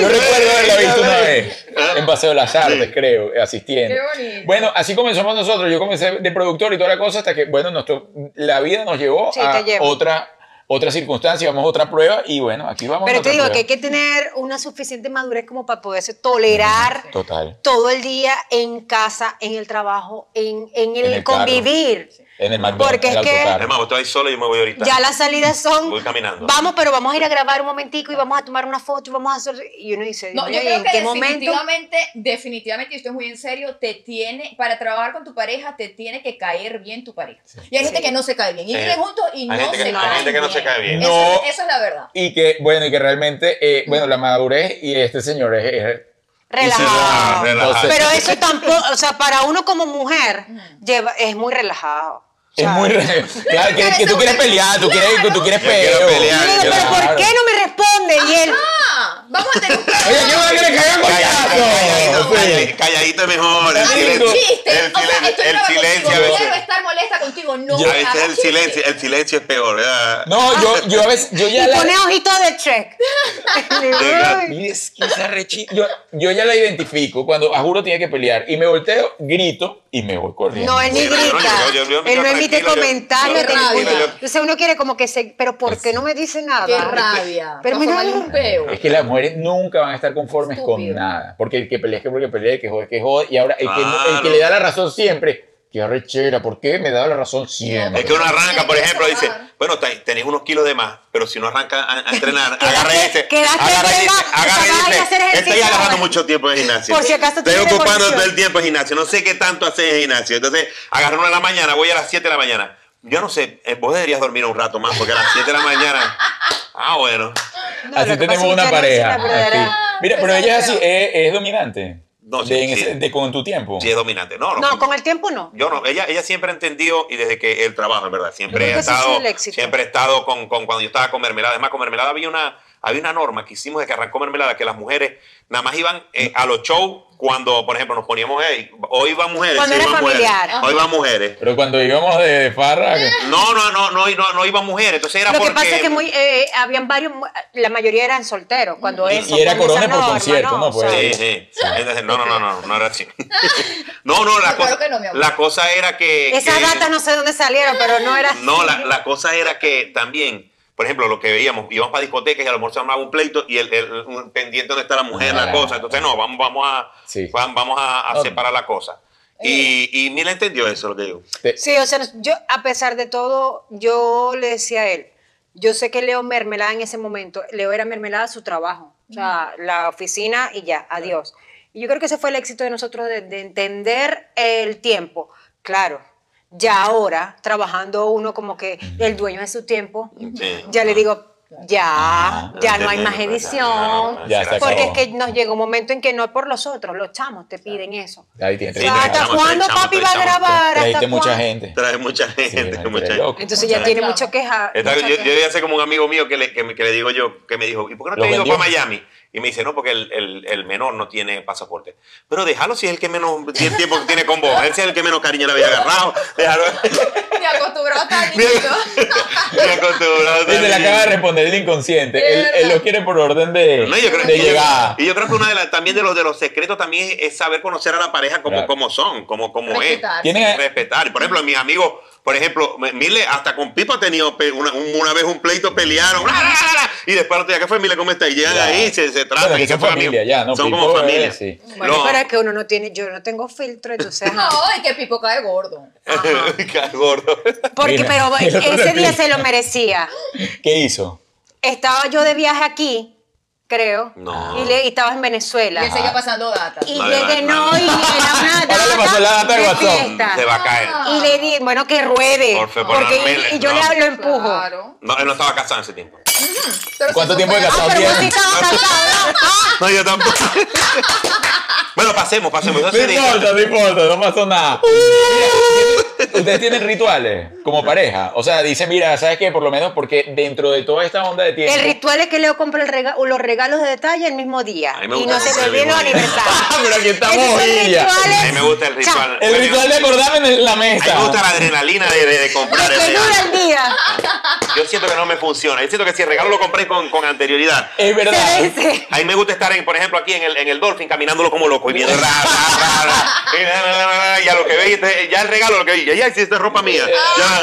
S1: Yo recuerdo haberla visto una
S3: Ah.
S1: vez en Paseo de las Artes, creo, asistiendo.
S2: Qué bonito.
S1: Bueno, así comenzamos nosotros. Yo comencé de productor y toda la cosa hasta que, bueno, nuestro, la vida nos llevó
S4: Sí,
S1: a
S4: te lleva.
S1: otra, otra circunstancia, vamos a otra prueba y bueno, aquí vamos. a
S4: Pero te
S1: otra
S4: digo
S1: prueba.
S4: que hay que tener una suficiente madurez como para poderse tolerar
S1: Total.
S4: todo el día en casa, en el trabajo, en, en el,
S1: En el carro.
S4: convivir.
S1: En el McDonald's,
S4: Porque
S1: en
S4: es
S1: el
S4: que-
S1: autocar.
S3: Además, vos estás ahí solo y yo me voy ahorita.
S4: Ya las salidas son.
S3: Voy caminando.
S4: Vamos, pero vamos a ir a grabar un momentico y vamos a tomar una foto y vamos a hacer. Y uno dice,
S2: No, yo
S4: "Dios mío,
S2: creo
S4: ¿en
S2: que
S4: qué momento?
S2: definitivamente, definitivamente, y esto es muy en serio, te tiene, para trabajar con tu pareja, te tiene que caer bien tu pareja. Y hay gente
S4: Sí.
S2: que no se cae bien. Y
S3: Hay-
S2: viven juntos y
S3: Eh, hay
S2: no
S3: gente que-
S2: se
S3: hay
S2: caen
S3: gente que no se cae bien.
S2: Eso,
S1: No.
S2: eso es la verdad.
S1: Y que, bueno, y que realmente, eh, bueno, la madurez y este señor es, es-
S3: Ah,
S4: Relajado.
S1: Entonces-
S3: relajado.
S4: Pero eso tampoco, o sea, para uno como mujer lleva, es muy relajado.
S1: es muy... re- Claro, que, que tú quieres pelear, tú quieres, tú quieres
S3: Yo quiero
S1: peo.
S3: pelear,
S4: Yo digo,
S3: Claro.
S4: pero ¿por qué no me responde? Y él,
S2: Ah, vamos a tener un
S1: Oye, ¿qué va a querer cagar
S3: Calladito,
S1: coñazo? Sí.
S3: calladito, calladito es mejor. El
S1: Está bien,
S3: silencio,
S2: Ah, un
S1: no.
S2: chiste.
S3: el
S2: o sea,
S3: silencio,
S2: estoy brava
S3: el silencio a
S2: contigo,
S3: veces.
S2: quiero estar molesta contigo. No,
S3: A veces
S2: hagas
S3: el silencio,
S2: chistes.
S3: el silencio es peor, ¿verdad?
S1: No, yo, yo a veces, yo ya
S4: y
S1: la...
S4: pone ojitos de Trek.
S3: Venga.
S1: Mira, es que esa rechi- Yo, yo ya la identifico cuando a juro tiene que pelear. Y me volteo, grito y me voy corriendo.
S4: No, él ni
S3: Yo- yo-
S4: grita.
S3: yo- yo- yo me
S4: Él no
S3: quedo
S4: emite
S3: tranquilo, yo-
S4: comentarios
S2: yo-
S4: de
S2: yo-
S4: ninguna.
S2: yo-
S4: Entonces uno quiere como que se. Pero ¿por qué no me dice nada?
S2: Qué rabia.
S4: Pero
S2: Pero
S4: mira-
S2: un peo.
S1: Es que las mujeres nunca van a estar conformes
S2: Estúpido.
S1: con nada. Porque el que pelea es que porque pelea, el que jode es que jode. Y ahora el que, el que
S3: Claro.
S1: le da la razón siempre. Qué arrechera, ¿por qué me da la razón
S3: Es
S1: siempre?
S3: que uno arranca, por ejemplo, dice,
S2: Trabajar.
S3: bueno, te- tenés unos kilos de más, pero si uno arranca a, a entrenar,
S4: Quédate-
S3: agarre este,
S4: quédate
S3: agarre
S4: en
S3: este,
S4: breva,
S3: agarre
S4: que acabas de hacer
S3: este. Estoy
S4: ejercicio
S3: agarrando
S4: ahora.
S3: mucho tiempo de gimnasio.
S4: Por si acaso
S3: Estoy
S4: tiene
S3: ocupando
S4: devolución.
S3: todo el tiempo en gimnasio. No sé qué tanto haces en gimnasio. Entonces, agarro una de la mañana, voy a las 7 de la mañana. Yo no sé, eh, vos deberías dormir un rato más, porque a las 7 de la mañana... Ah, bueno.
S4: No, lo
S1: Así
S4: que
S1: tenemos
S4: pasa es que
S1: una
S4: Karen es
S1: pareja.
S4: una verdadera-
S1: así. Mira, pero
S2: Pues,
S1: ella es
S2: pero-
S1: así, es, es dominante.
S3: No, sí,
S1: de, en
S3: sí.
S1: ese- de con tu tiempo.
S3: Sí, es dominante. No, no.
S4: No, con el tiempo no.
S3: Yo no, ella, ella siempre ha entendido y desde que el trabajo, en verdad,
S4: Yo
S3: siempre
S4: creo
S3: ha
S4: que ese ha sido
S3: estado,
S4: el éxito.
S3: siempre ha estado con, con- cuando yo estaba con mermelada. Además, con mermelada había una, había una norma que hicimos de que arrancó mermelada, que las mujeres nada más iban eh, a los shows cuando, por ejemplo, nos poníamos, hey, hoy van mujeres,
S4: Cuando
S3: sí,
S4: era
S3: van mujeres,
S4: familiar.
S3: hoy van mujeres.
S1: Pero cuando íbamos de farra, que-
S3: No, no, no, no, no, no iban mujeres, entonces era
S4: Lo
S3: porque...
S4: que pasa es que muy, eh, habían varios, la mayoría eran solteros cuando
S1: Y-
S4: eso.
S1: y era
S4: cuando
S1: corona
S4: esa
S1: por
S4: norma,
S1: concierto, ¿no? Pues,
S4: O sea,
S3: Sí, sí. Entonces, no, no, no, no, no era así. No, no, la,
S2: Claro
S3: cosa,
S2: que no, mi amor.
S3: la cosa era que...
S4: esas
S3: que-
S4: datas no sé dónde salieron, pero no era.
S3: No, la, la cosa era que también, por ejemplo, lo que veíamos, íbamos para discotecas y a lo mejor se armaba un pleito y el, el- un pendiente donde está la mujer, la
S1: Ah.
S3: cosa. Entonces, no, vamos, vamos a,
S1: Sí.
S3: vam- vamos a, a
S1: No.
S3: separar la cosa. Y, y Mila entendió eso, lo que digo.
S1: te-
S4: Sí, o sea, yo a pesar de todo, yo le decía a él, yo sé que Leo mermelada en ese momento, Leo era mermelada su trabajo, o sea, la oficina y ya, adiós. Y yo creo que ese fue el éxito de nosotros de, de entender el tiempo. Claro, ya ahora trabajando uno como que el dueño de su tiempo,
S3: Sí.
S4: ya le digo,
S3: Ah,
S4: ya, ya no hay más
S3: No, no,
S4: edición.
S3: no,
S1: Ya se
S4: Porque es
S1: acabó.
S4: que nos llegó un momento en que no es por los otros, los chamos te piden eso.
S1: ahí tiene
S3: Sí,
S4: O sea,
S3: no,
S4: ¿Hasta
S3: chamos,
S4: cuándo
S3: chamos,
S4: papi va a
S3: chamos,
S4: grabar?
S1: Trajiste
S4: ¿Hasta
S1: mucha
S4: cuándo?
S1: gente.
S3: Trae mucha
S1: Sí,
S3: gente,
S1: no,
S3: mucha
S1: entre
S3: gente.
S1: locos.
S4: Entonces ya
S2: Mucha
S4: tiene
S2: reclama.
S4: mucho queja.
S3: Está-
S4: mucha
S3: yo,
S4: queja.
S3: yo ya sé como un amigo mío que le, que, me- que le digo yo, que me dijo, ¿y por qué no
S1: Lo
S3: te has ido
S1: vendió.
S3: para Miami? Y me dice, no, porque el, el- el menor no tiene pasaporte. Pero déjalo si es el que menos tiene tiempo que tiene con vos. Él es el que menos cariño le había agarrado. Déjalo.
S2: Me acostumbrado a estar
S3: Mira,
S2: niño.
S3: mira, acostumbrado.
S1: Y se le acaba de responder el inconsciente.
S2: Es
S1: Él,
S2: verdad.
S1: él lo quiere por orden de,
S3: No, yo creo-
S1: de
S3: y yo-
S1: llegada.
S3: Y yo creo que uno de la- también de los, de los secretos también es, es saber conocer a la pareja como,
S1: Claro.
S3: como son, como, como es.
S2: Respetar.
S1: Tienen-
S3: Respetar. Por ejemplo, mis amigos, por ejemplo, me- Mile, hasta con Pipo ha tenido pe- una, un- una vez un pleito, pelearon, bla, bla, bla, bla, y después otro día, ¿qué fue Mile? ¿Cómo está? Y llegan
S1: Ya.
S3: ahí, se, se tratan.
S1: Bueno, que
S3: y se
S1: son
S3: fue
S1: familia,
S3: amigo.
S1: ya, ¿no?
S3: Son
S1: Pipo,
S3: como
S1: eh,
S3: familia.
S1: sí.
S4: Bueno,
S3: No.
S4: pero es que uno no tiene, yo no tengo filtro, entonces.
S2: No,
S4: ajá.
S2: y que Pipo cae gordo.
S3: Qué gordo.
S4: Porque,
S1: Mira,
S4: pero
S1: el otro
S4: ese día
S1: replica.
S4: se lo merecía.
S1: ¿Qué hizo?
S4: Estaba yo de viaje aquí, creo.
S3: No.
S4: Y, le, y estaba
S2: Y
S4: en
S2: él
S4: Venezuela.
S2: seguía pasando data.
S4: Y
S3: Vale,
S4: llegué
S3: vale,
S4: no,
S3: vale.
S4: y era una
S1: Ahora le pasó la data de WhatsApp.
S4: fiesta.
S3: Se va a caer.
S4: Y le di, bueno, que ruede.
S3: Porfe, por
S4: porque,
S3: darme-
S4: y, y yo
S3: no.
S4: le lo empujo.
S2: Claro.
S3: No, él no estaba casado en ese tiempo.
S2: Pero
S1: ¿Cuánto
S2: si
S1: tiempo
S2: fue-
S1: de
S4: Ah,
S1: casado?
S4: pero
S1: Bien.
S4: vos sí estabas casado.
S3: No, yo tampoco. bueno, pasemos, pasemos.
S1: No
S3: Eso sí digo.
S1: importa, no importa, no pasó nada. Mira, Ustedes tienen rituales como pareja. O sea, dicen, mira, ¿sabes qué? Por lo menos porque dentro de toda esta onda de tiempo.
S4: El ritual es que Leo compra el rega- los regalos de detalle el mismo día.
S3: A mí me
S4: Y
S3: gusta
S4: no se
S3: comprar el
S4: deviene los
S3: mismo día.
S4: aniversarios.
S1: Ah, pero aquí estamos
S4: Esos son
S1: ojilla.
S4: rituales.
S3: A mí me gusta el ritual.
S1: El
S3: Bueno,
S1: ritual de acordarme en la
S3: A mí me gusta
S1: mesa.
S3: la adrenalina de, de- de comprar
S4: Cha,
S3: el
S4: Que
S3: regalo.
S4: dura el día.
S3: Yo siento que no me funciona. Yo siento que si el regalo lo compré con, con anterioridad.
S1: Es verdad.
S4: Se ve, se-
S3: A mí me gusta estar, en, por ejemplo, aquí en el, en el Dolphin caminándolo como loco y viendo. ra, ra, ra, ra, y ra, ra, ra, ra, y a lo que veis, ya el regalo, lo que veis, ya hiciste ropa mía. ya.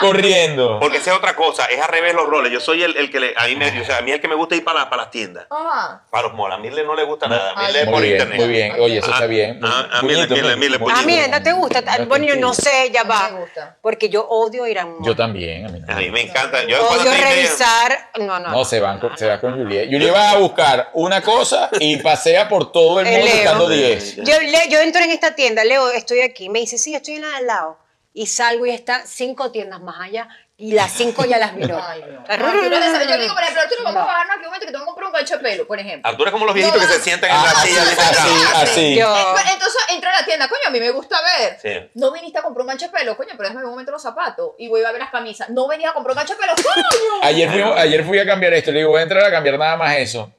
S1: Corriendo.
S3: Porque esa es otra cosa, es al revés los roles. Yo soy el, el que le. A mí, me, o sea, a mí es el que me gusta ir para, la- para las tiendas.
S2: Ajá.
S3: Para los molas. A Mirle no le gusta nada. A
S2: Ay,
S3: Mirle es
S2: Muy
S3: por
S1: bien,
S3: internet.
S1: Muy bien, oye, eso
S3: Ah,
S1: está bien.
S3: ah, ah, mira, mira, mira,
S4: Ah,
S3: puñito.
S4: mira, no te gusta. Ah, Bueno, yo no sé, ya
S2: No
S4: va.
S2: me gusta.
S4: Porque yo odio ir a un
S1: Yo
S4: mall.
S1: también, a mí no.
S3: A mí me encanta. Yo cuando
S4: Odio
S3: estoy medio-
S4: Oh, revisar. No, no.
S1: No, se, van con- se va con Juliet. Juliet va a buscar una cosa y pasea por todo el
S4: El
S1: mundo
S4: Leo.
S1: buscando 10.
S4: Yo, le- yo entro en esta tienda, Leo, estoy aquí. Me dice, sí, estoy en la de al lado. Y salgo y está cinco tiendas más allá. Y las cinco ya las miro.
S2: Ay, no. Arturo, ya sabes, yo le digo, por ejemplo, Arturo, vamos a
S4: No.
S2: bajarnos aquí un momento que tengo que comprar un gancho de pelo, por ejemplo.
S3: Arturo es como los viejitos
S2: No,
S3: que
S2: no.
S3: se sientan en
S1: Ah,
S3: la
S1: así,
S3: silla. dicen,
S1: así,
S3: "Ah".
S1: así.
S4: Yo-
S2: Eh, bueno, Entonces entra a la tienda, coño, a mí me gusta ver.
S3: Sí.
S2: No viniste a comprar un gancho de pelo, coño, pero déjame un momento los zapatos y voy a ver las camisas. No venía a comprar un gancho de pelo, coño.
S1: Ayer fui, ayer fui a cambiar esto, le digo, voy a entrar a cambiar nada más eso.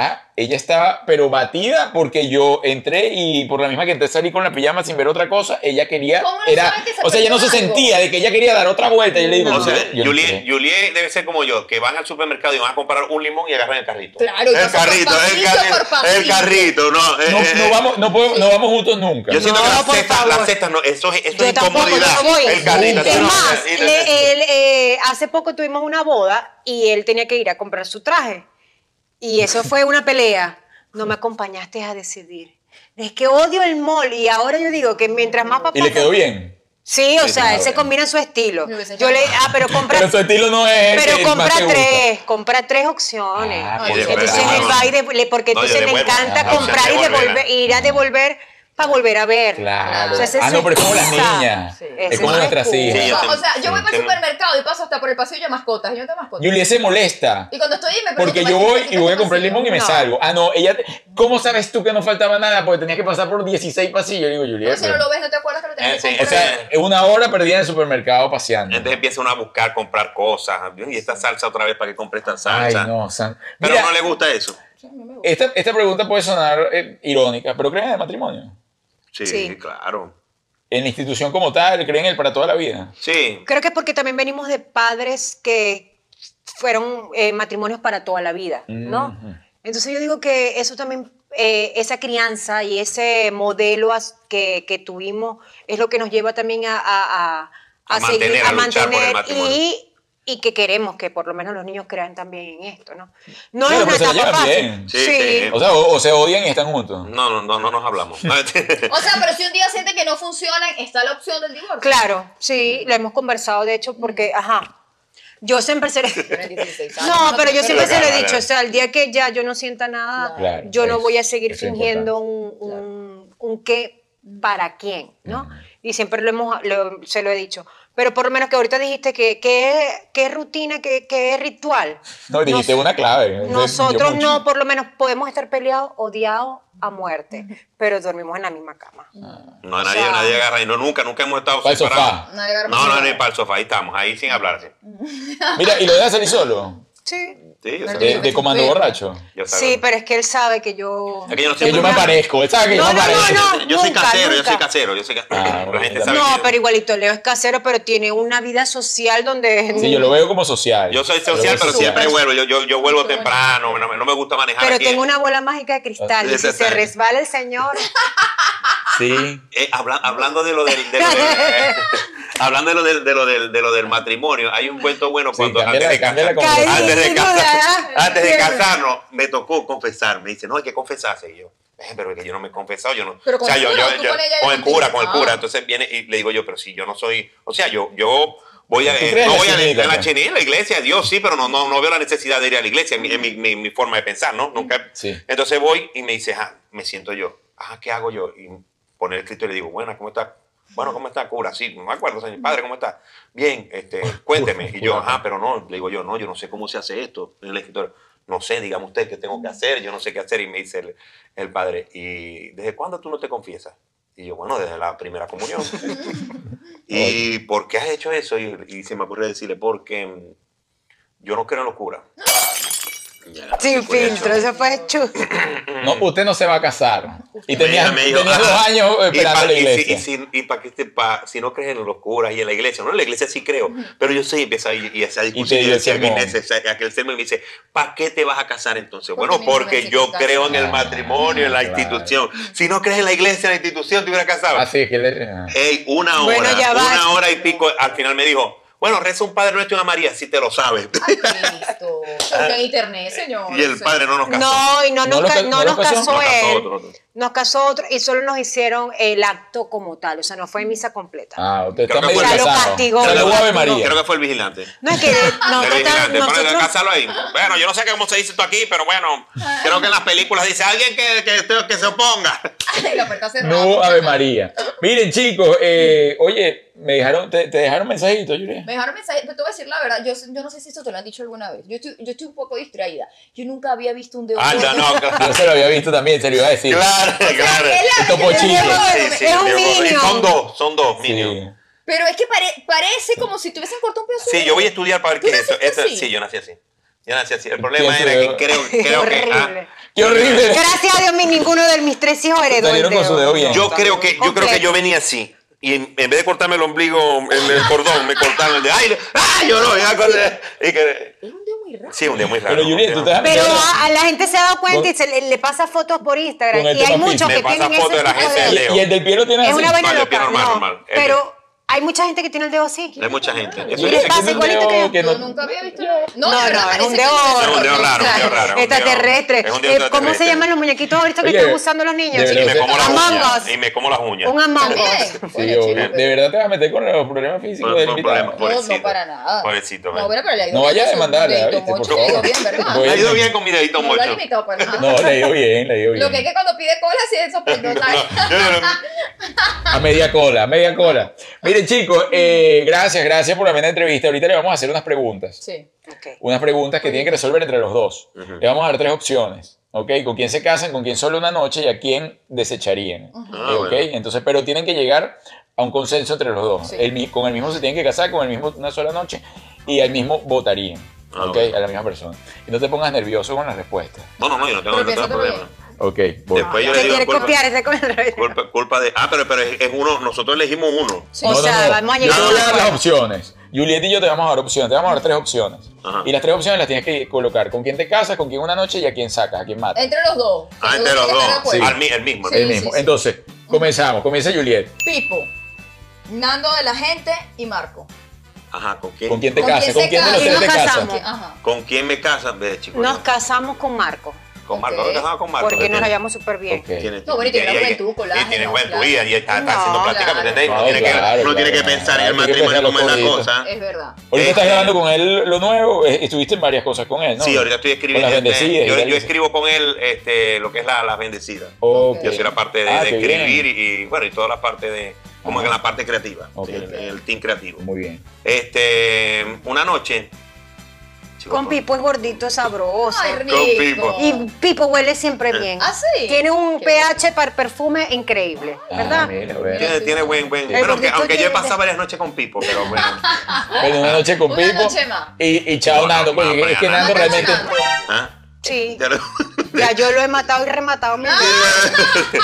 S1: Ah, ella estaba pero batida porque yo entré y por la misma que entré salí con la pijama sin ver otra cosa, ella quería,
S2: ¿Cómo no
S1: era,
S2: sabe que se
S1: o sea, ella no se
S2: perdió algo?
S1: sentía de que ella quería dar otra vuelta. Yo le digo,
S3: O sea,
S1: yo no
S3: Juliet,
S1: sé.
S3: Juliet debe ser como yo, que van al supermercado y van a comprar un limón y agarran el carrito.
S2: Claro, yo
S3: el
S2: sé por
S3: carrito, el
S2: pasito, por
S3: carrito,
S2: pasito.
S3: el carrito, no. eh,
S1: no,
S3: eh,
S1: no vamos, no, podemos- no vamos juntos nunca.
S3: Yo siento que
S4: No,
S3: las
S4: por
S3: cestas,
S4: favor.
S3: las cestas, no, eso es, eso
S4: Yo
S3: es
S4: tampoco,
S3: incomodidad.
S4: yo no voy.
S3: El carrito.
S1: Nunca.
S4: Es
S3: no,
S4: más,
S3: eh,
S4: le- él, eh, hace poco tuvimos una boda y él tenía que ir a comprar su traje. Y eso fue una pelea. No me acompañaste a decidir. Es que odio el mall y ahora yo digo que mientras más papá...
S1: y le quedó bien.
S4: Sí, o
S1: Sí,
S4: sea, él
S1: claro.
S4: se combina su estilo.
S2: Me hubiese
S4: Yo le...
S2: llamado.
S4: Ah, pero compra...
S1: Pero su estilo no es el que
S4: Pero compra
S1: más te gusta.
S4: tres, compra tres opciones.
S1: Ah,
S2: pues,
S4: entonces
S2: de verdad.
S4: él va y de- le- porque
S3: No, yo
S4: entonces le
S3: devuelvo.
S4: encanta
S1: Ajá,
S4: comprar
S3: o
S4: y
S3: sea,
S4: devolver,
S3: devuelve.
S4: ir a devolver para volver a ver.
S1: Claro.
S4: O sea, esa
S1: ah,
S4: es
S1: no,
S4: su
S1: pero es como las
S4: excusa.
S1: niñas.
S2: Sí.
S1: Es
S4: Esa
S1: como
S4: es su
S1: nuestras
S4: excusa.
S1: hijas.
S3: Sí, yo
S2: No,
S3: te-
S2: o sea, yo voy
S3: sí,
S2: para el
S3: tengo-
S2: supermercado y paso hasta por el pasillo de mascotas. Yo no tengo mascotas.
S1: Juliet se molesta.
S2: Y cuando estoy ahí me pregunto,
S1: Porque yo
S2: "Maldita,
S1: voy
S2: ¿qué
S1: y
S2: está
S1: voy a
S2: este
S1: comprar
S2: pasillo?".
S1: limón y me
S4: No.
S1: salgo. Ah, no, ella. te- ¿Cómo sabes tú que no faltaba nada? Porque tenías que pasar por 16 pasillos. Yo digo,
S2: Pero
S1: Juliet.
S2: si no
S1: pero-
S2: lo ves, no te acuerdas que lo tenías
S3: Eh, sí,
S2: que
S1: O
S2: comprar.
S1: sea, es una hora perdida en el supermercado paseando.
S3: Entonces empieza uno a buscar, comprar cosas. Y esta salsa otra vez para que compre esta
S1: Ay,
S3: salsa.
S1: no, San.
S3: Pero
S1: Mira,
S3: no le gusta eso.
S1: esta, esta pregunta puede sonar eh, irónica, pero ¿creen en el matrimonio?
S3: Sí,
S4: Sí.
S3: claro.
S1: En la institución como tal, ¿creen en el para toda la vida?
S3: Sí.
S4: Creo que es porque también venimos de padres que fueron eh, matrimonios para toda la vida, ¿no?
S1: Ujú.
S4: Entonces yo digo que eso también, eh, esa crianza y ese modelo as- que, que tuvimos es lo que nos lleva también a, a, a-
S3: A
S4: a seguir,
S3: mantener, a
S4: a
S3: luchar por el
S4: mantener
S3: matrimonio.
S4: y, y que queremos que por lo menos los niños crean también en esto, ¿no? No
S1: Pero,
S4: es una
S1: pero se la
S4: etapa
S1: llevan
S4: fácil.
S1: bien.
S3: Sí, sí.
S1: O sea, o, o se odian y están juntos.
S3: No, no, no, este, no nos hablamos.
S2: O sea, pero si un día siente que no funcionan, está la opción del divorcio.
S4: Claro, sí, lo hemos conversado, de hecho, porque, ajá, yo siempre seré...
S2: Tienes 16 años,
S4: No, pero yo
S2: te-
S4: siempre se lo he
S3: Claro.
S4: dicho, o sea, el día que ya yo no sienta nada,
S1: Claro,
S4: yo no
S1: es-
S4: voy a seguir
S1: eso es
S4: fingiendo un, un, un qué para quién, ¿no? Y siempre lo hemos, lo- se lo he dicho. Pero por lo menos que ahorita dijiste que qué es rutina, qué es ritual.
S1: No, dijiste
S4: Nos-
S1: una clave.
S4: Nosotros
S1: Yo mucho.
S4: no, por lo menos podemos estar peleados, odiados a muerte, pero dormimos en la misma cama.
S3: No, nadie,
S4: O sea-
S3: nadie agarra. y No, nunca, nunca hemos estado
S1: Para el sofá.
S3: separados.
S2: Nadie agarra
S3: No, no,
S2: para-
S3: ni para el sofá. Ahí estamos, ahí sin hablarse.
S1: Mira, ¿y lo dejas salir solo?
S4: Sí.
S3: Sí, yo
S2: Pero
S3: sé.
S1: De, de comando
S2: Pero-
S1: borracho.
S3: Yo sé.
S4: Sí, pero es que él sabe que yo...
S3: Es que yo no
S1: Que
S3: estoy
S1: yo me
S3: muy-
S1: aparezco. Él sabe que yo
S4: No,
S1: me
S4: no, no,
S1: aparezco.
S4: no.
S3: Yo soy
S4: Nunca,
S3: casero, yo soy
S4: nunca.
S3: casero, yo soy casero.
S1: Ah,
S3: La
S1: bueno,
S3: gente
S1: ya.
S3: sabe.
S4: No,
S3: que yo-
S4: pero igualito, Leo es casero, pero tiene una vida social donde...
S1: Sí, yo lo veo como social.
S3: Yo soy
S1: Yo lo
S3: social,
S1: veo
S3: pero
S1: social.
S3: siempre vuelvo. Yo, yo, yo vuelvo
S2: Súper bueno.
S3: temprano, no, me- no me gusta manejar.
S4: Pero
S3: aquí. Ah,
S4: tengo una bola mágica de cristal y si se resbala el señor...
S1: Sí.
S3: Eh, habla- hablando de lo del. de lo del- eh, hablando de lo del, de lo del, de lo del matrimonio, hay un cuento bueno
S1: Sí,
S3: cuando.
S1: cámbiala,
S3: antes, de
S1: cámbiala
S3: casar-
S1: como- Cállate,
S3: antes de
S4: sin
S3: casar-
S4: duda.
S3: antes de
S4: Siempre.
S3: casarnos, me tocó confesar. Me dice, no, hay que confesarse. Y yo, "Eh, pero es que yo no me he confesado. Yo no.
S2: Pero con el cura, tú con ella y
S3: con el
S2: contigo.
S3: cura, con el cura.
S2: Ah.
S3: Entonces viene y le digo yo, pero si yo no soy. O sea, yo. yo Voy a,
S1: ¿Tú
S3: eh,
S1: crees en
S3: no
S1: la
S3: voy a la,
S1: chinita,
S3: la
S1: pues?
S3: chinita, la iglesia, Dios sí, pero no, no, no veo la necesidad de ir a la iglesia, es mi, es mi- mi- mi forma de pensar, ¿no? Nunca,
S1: Sí.
S3: entonces voy y me dice, ah, me siento yo. Ah, ¿qué hago yo? Y poner escrito y le digo, buena, ¿cómo está? Bueno, ¿cómo está, cura? Sí, no me acuerdo, señor padre, ¿cómo está? Bien, este, cuénteme. Y yo, ajá, pero no, le digo yo, no, yo no sé cómo se hace esto. Y el escritor, no sé, dígame usted qué tengo que hacer, yo no sé qué hacer. Y me dice el, el padre, ¿y desde cuándo tú no te confiesas? Y yo, bueno, desde la primera comunión. ¿Y por qué has hecho eso? Y, y se me ocurrió decirle, porque mm, yo no creo en los curas. Ya,
S4: Sin
S3: por eso.
S4: filtro, eso fue chu.
S1: No, usted no se va a casar. Y tenía,
S3: Ella Mm. me dijo,
S1: tenía dos
S3: "Ajá".
S1: años
S3: Y
S1: esperando
S3: pa-
S1: la
S3: y si-
S1: iglesia.
S3: Y, si, y pa' que te- pa- si no crees en los curas y en la iglesia, no, en la iglesia sí creo, pero yo sé, empieza y, y esa discusión,
S1: te
S3: y
S1: dio el
S3: decía,
S1: sermón.
S3: "Inés, esa- aquel sermón me dice, ¿para qué te vas a casar entonces?
S2: Porque
S3: bueno,
S2: mi mamá
S3: porque
S2: se
S3: yo
S2: casó.
S3: creo en el
S1: Ah,
S3: matrimonio, en la
S1: claro.
S3: institución. Si no crees en la iglesia, en la institución, te hubiera casado.
S1: Así Ah, que le-
S3: Ey, una hora,
S4: Bueno, ya va.
S3: una hora y pico, al final me dijo, bueno, reza un Padre Nuestro y una María, si te lo sabes.
S2: Ay, Cristo. Busca en internet, señor.
S3: y el Padre no nos casó.
S4: No, y no,
S1: No
S4: nos,
S1: lo
S4: ca-
S1: ca-
S4: no
S1: no lo
S4: nos
S1: casó.
S4: casó
S3: Nos casó
S4: él.
S3: otro, otro.
S4: Nos casó otro y solo nos hicieron el acto como tal, o sea, no fue misa completa.
S1: Ah, usted
S3: Creo
S1: está
S3: que
S1: medio
S3: fue el- Ya lo
S1: casado.
S4: castigó,
S1: Se
S4: lo
S1: lo juro, Ave
S4: castigó.
S1: María.
S3: Creo que fue el vigilante.
S4: No es que
S3: El
S4: nosotros,
S3: vigilante, ponle
S4: nosotros-
S3: la cásalo ahí. Bueno, yo no sé cómo se dice esto aquí, pero bueno, creo que en las películas dice alguien que, que, que se oponga.
S2: Ay, la puerta cerrada.
S1: No, Ave María. Miren, chicos, eh, oye, me dejaron, te, te dejaron mensajito, Yuri.
S2: Me dejaron mensaje, pero te voy a decir la verdad, yo, yo no sé si esto te lo han dicho alguna vez, yo estoy, yo estoy un poco distraída, yo nunca había visto un dedo
S1: Ah,
S3: Anda,
S2: gordo.
S3: Ah, no,
S1: Yo
S3: claro,
S1: se lo había visto también, se lo iba a decir.
S3: claro. claro.
S2: Es la-
S1: El topo
S2: es la-
S1: chico.
S3: Sí, sí,
S4: Es un
S3: yo-
S4: minion.
S3: Son dos, son dos
S1: Sí.
S3: minions.
S2: Pero es que pare- parece como si te hubiesen cortado un pedazo
S3: Sí,
S2: de
S3: yo voy a
S2: dedo.
S3: estudiar para ver
S2: ¿Tú
S3: qué es
S2: naciste
S3: esto. Esto-
S2: así?
S3: Sí, yo nací así. Yo nací así. El problema
S1: Pienso
S3: era que
S1: que-
S3: creo, creo que. ah,
S4: Horrible.
S1: ¡Qué horrible!
S4: Gracias a Dios, mi- ninguno de mis tres hijos heredó el
S1: Salieron con su dedo bien.
S3: yo creo que yo creo que yo venía así. Y en, en vez de cortarme el ombligo, el, el cordón, me cortaron el de. ¡Ay! le- ¡Ah! Yo no, ya con- y que-
S2: Es un dedo muy raro.
S3: Sí, un día muy raro.
S1: Pero Yuri,
S3: un
S1: tú
S3: día-
S1: te das
S4: Pero
S1: miedo.
S4: a, a la gente se ha dado cuenta y se le, le pasa fotos por Instagram.
S1: Con el
S4: Y hay
S1: tema
S4: muchos
S1: físico.
S4: que
S3: Le pasa
S4: tienen ese
S3: fotos de la
S4: tipo
S3: gente
S4: de-
S3: del dedo.
S1: Y el del pie lo tiene
S4: Es
S1: así.
S4: una vaina
S3: Vale,
S4: loca.
S3: pie normal,
S4: no,
S3: normal. El
S4: Pero hay mucha gente que tiene el dedo así.
S3: Hay mucha gente. Eso
S1: Yuri,
S4: les
S1: aquí
S3: es-
S4: pasa
S1: tiene un
S4: igualito
S1: dedo
S4: que-
S1: que
S2: Yo
S1: no-
S2: nunca había visto. No, de
S4: No, no,
S2: verdad,
S4: es un
S2: parece
S4: dedo
S2: que-
S4: gordo.
S3: Es un dedo raro, un dedo raro.
S4: Extraterrestre.
S3: Es un dedo
S4: Eh, ¿Cómo se
S3: extraterrestre.
S4: llaman los muñequitos ahorita que
S1: Oye,
S4: están usando los niños?
S1: de
S3: Y me
S1: verdad.
S3: como las
S4: Among
S3: uñas.
S4: Us.
S3: Y me como las uñas.
S4: Un among us.
S2: También.
S1: Sí,
S2: Bueno,
S1: obvio.
S2: chico,
S1: de
S2: pero-
S1: verdad te vas a meter con los problemas físicos
S3: Por-
S1: del
S3: por
S1: invitado.
S3: problemas.
S2: No,
S3: Pobrecito.
S2: no, para nada.
S3: Pobrecito,
S2: No,
S3: eh.
S2: pero le ha ido
S1: No vaya a
S2: bien,
S1: demandarle,
S2: dedito
S1: ¿viste? Por
S2: mocho, le ha ido
S1: favor.
S2: bien, ¿verdad?
S1: Voy-
S3: Me ha ido bien con mi dedito
S2: No lo ha
S3: mucho.
S2: limitado para nada.
S1: No, le dio bien, le dio bien.
S2: Lo que es que cuando pide cola, sí, eso pues, no sale.
S1: A media cola, a media cola. Miren, chicos, eh, gracias, gracias por la buena entrevista. Ahorita le vamos a hacer unas preguntas.
S2: Sí.
S4: Ok.
S1: Unas preguntas que tienen que resolver entre los dos. Le vamos a dar tres opciones. ¿Ok? ¿Con quién se casan? ¿Con quién solo una noche? ¿Y a quién desecharían?
S3: Ah,
S1: ¿Ok?
S3: bueno.
S1: Entonces, pero tienen que llegar a un consenso entre los dos.
S2: Sí.
S1: El mi- con el mismo se tienen que casar, con el mismo una sola noche y al mismo votarían.
S3: Ah,
S1: ¿Ok?
S3: bueno.
S1: A la misma persona. Y no te pongas nervioso con las respuestas.
S3: No, no, no, yo no tengo, no tengo
S2: Pero
S3: problema.
S1: Ok, voy.
S3: Después yo
S4: Te
S3: le digo
S4: quiere
S3: culpa,
S4: copiar ese con el revés.
S3: culpa, culpa de. Ah, pero, pero es, es uno, nosotros elegimos uno.
S4: O sea, vamos a
S1: Yo
S4: llegar a
S1: te
S4: un
S1: voy a dar
S4: acuerdo.
S1: las opciones. Juliet y yo te vamos a dar opciones. Te vamos a dar tres opciones.
S3: Ajá.
S1: Y las tres opciones las tienes que colocar. ¿Con quién te casas? ¿Con quién una noche? ¿Y a quién sacas? ¿A quién
S4: Eh,
S1: matas?
S2: Entre los dos.
S3: Ah,
S2: Los
S3: entre los
S2: tienen que
S3: dos.
S2: estar de
S1: Sí.
S2: acuerdo.
S3: Al mi- el mismo.
S1: El
S2: Sí,
S1: mismo.
S2: sí, sí.
S1: Entonces, comenzamos. Comienza Juliet.
S2: Pipo, Nando de la gente y Marco.
S3: Ajá, ¿con quién?
S1: ¿Con quién te
S2: ¿Con
S1: casas?
S2: quién
S1: ¿Con
S2: se
S1: quién de
S2: casa?
S1: los
S4: ¿Quién
S1: tres te
S4: nos
S1: casas?
S4: casamos?
S2: Que- Ajá.
S3: ¿Con quién me casas? Ve, chico.
S4: Nos
S3: yo-
S4: casamos con Marco.
S3: Con Marco.
S2: Ok.
S3: No casado con Marco.
S4: Porque nos
S3: Tiene-
S4: hallamos súper bien.
S1: Ok.
S3: tiene-
S2: No, bueno, y tiene
S3: y- y-
S2: juventud,
S3: Y
S2: colágeno,
S3: tiene juventud y,
S2: claro.
S3: y está, está
S4: No,
S3: haciendo plática,
S2: claro.
S3: ¿me entendéis? Uno
S1: Claro,
S3: tiene, que,
S1: claro,
S3: uno tiene que
S1: claro.
S3: pensar en el
S1: Hay que
S3: matrimonio
S1: pensarlo
S3: cómo es la
S1: todito.
S3: cosa.
S2: Es verdad.
S1: Ahorita estás
S3: Este-
S1: grabando con él lo nuevo. eh, Estuviste en varias cosas con él, ¿no?
S3: Sí, ahorita estoy
S1: Con
S3: escribiendo.
S1: las
S3: este,
S1: bendecidas. y
S3: yo,
S1: tal.
S3: yo escribo con él este, lo que es la- las bendecidas.
S1: Ok.
S3: Yo soy la parte de,
S1: Ah,
S3: de
S1: qué bien.
S3: escribir y, y, bueno, y toda la parte de, como
S1: Ajá.
S3: que la parte creativa,
S1: Ok.
S3: el, el team creativo.
S1: Muy bien.
S3: Este, una noche. chico,
S4: Con Pipo es gordito, sabroso.
S2: Ay, rico.
S3: Pipo.
S4: Y Pipo huele siempre bien.
S2: ¿Ah, sí?
S4: Tiene un
S2: Qué
S4: pH para perfume increíble,
S1: Ah,
S4: ¿verdad?
S1: mira, bueno.
S3: Tiene, tiene buen, buen.
S1: El
S3: Bueno, aunque,
S4: gordito
S3: aunque yo he
S4: tiene-
S3: pasado varias noches con Pipo, pero bueno.
S1: Bueno, una noche con
S2: Una
S1: Pipo.
S2: noche más.
S1: Y, y chao,
S3: No,
S1: Nando.
S3: no,
S1: coño,
S3: no,
S1: es que
S3: no,
S1: Nando
S2: no, no,
S1: realmente.
S2: no, no.
S3: ¿Ah?
S4: Sí.
S3: Ya lo-
S4: Ya yo lo he matado y rematado. mil
S2: Ah,
S4: veces.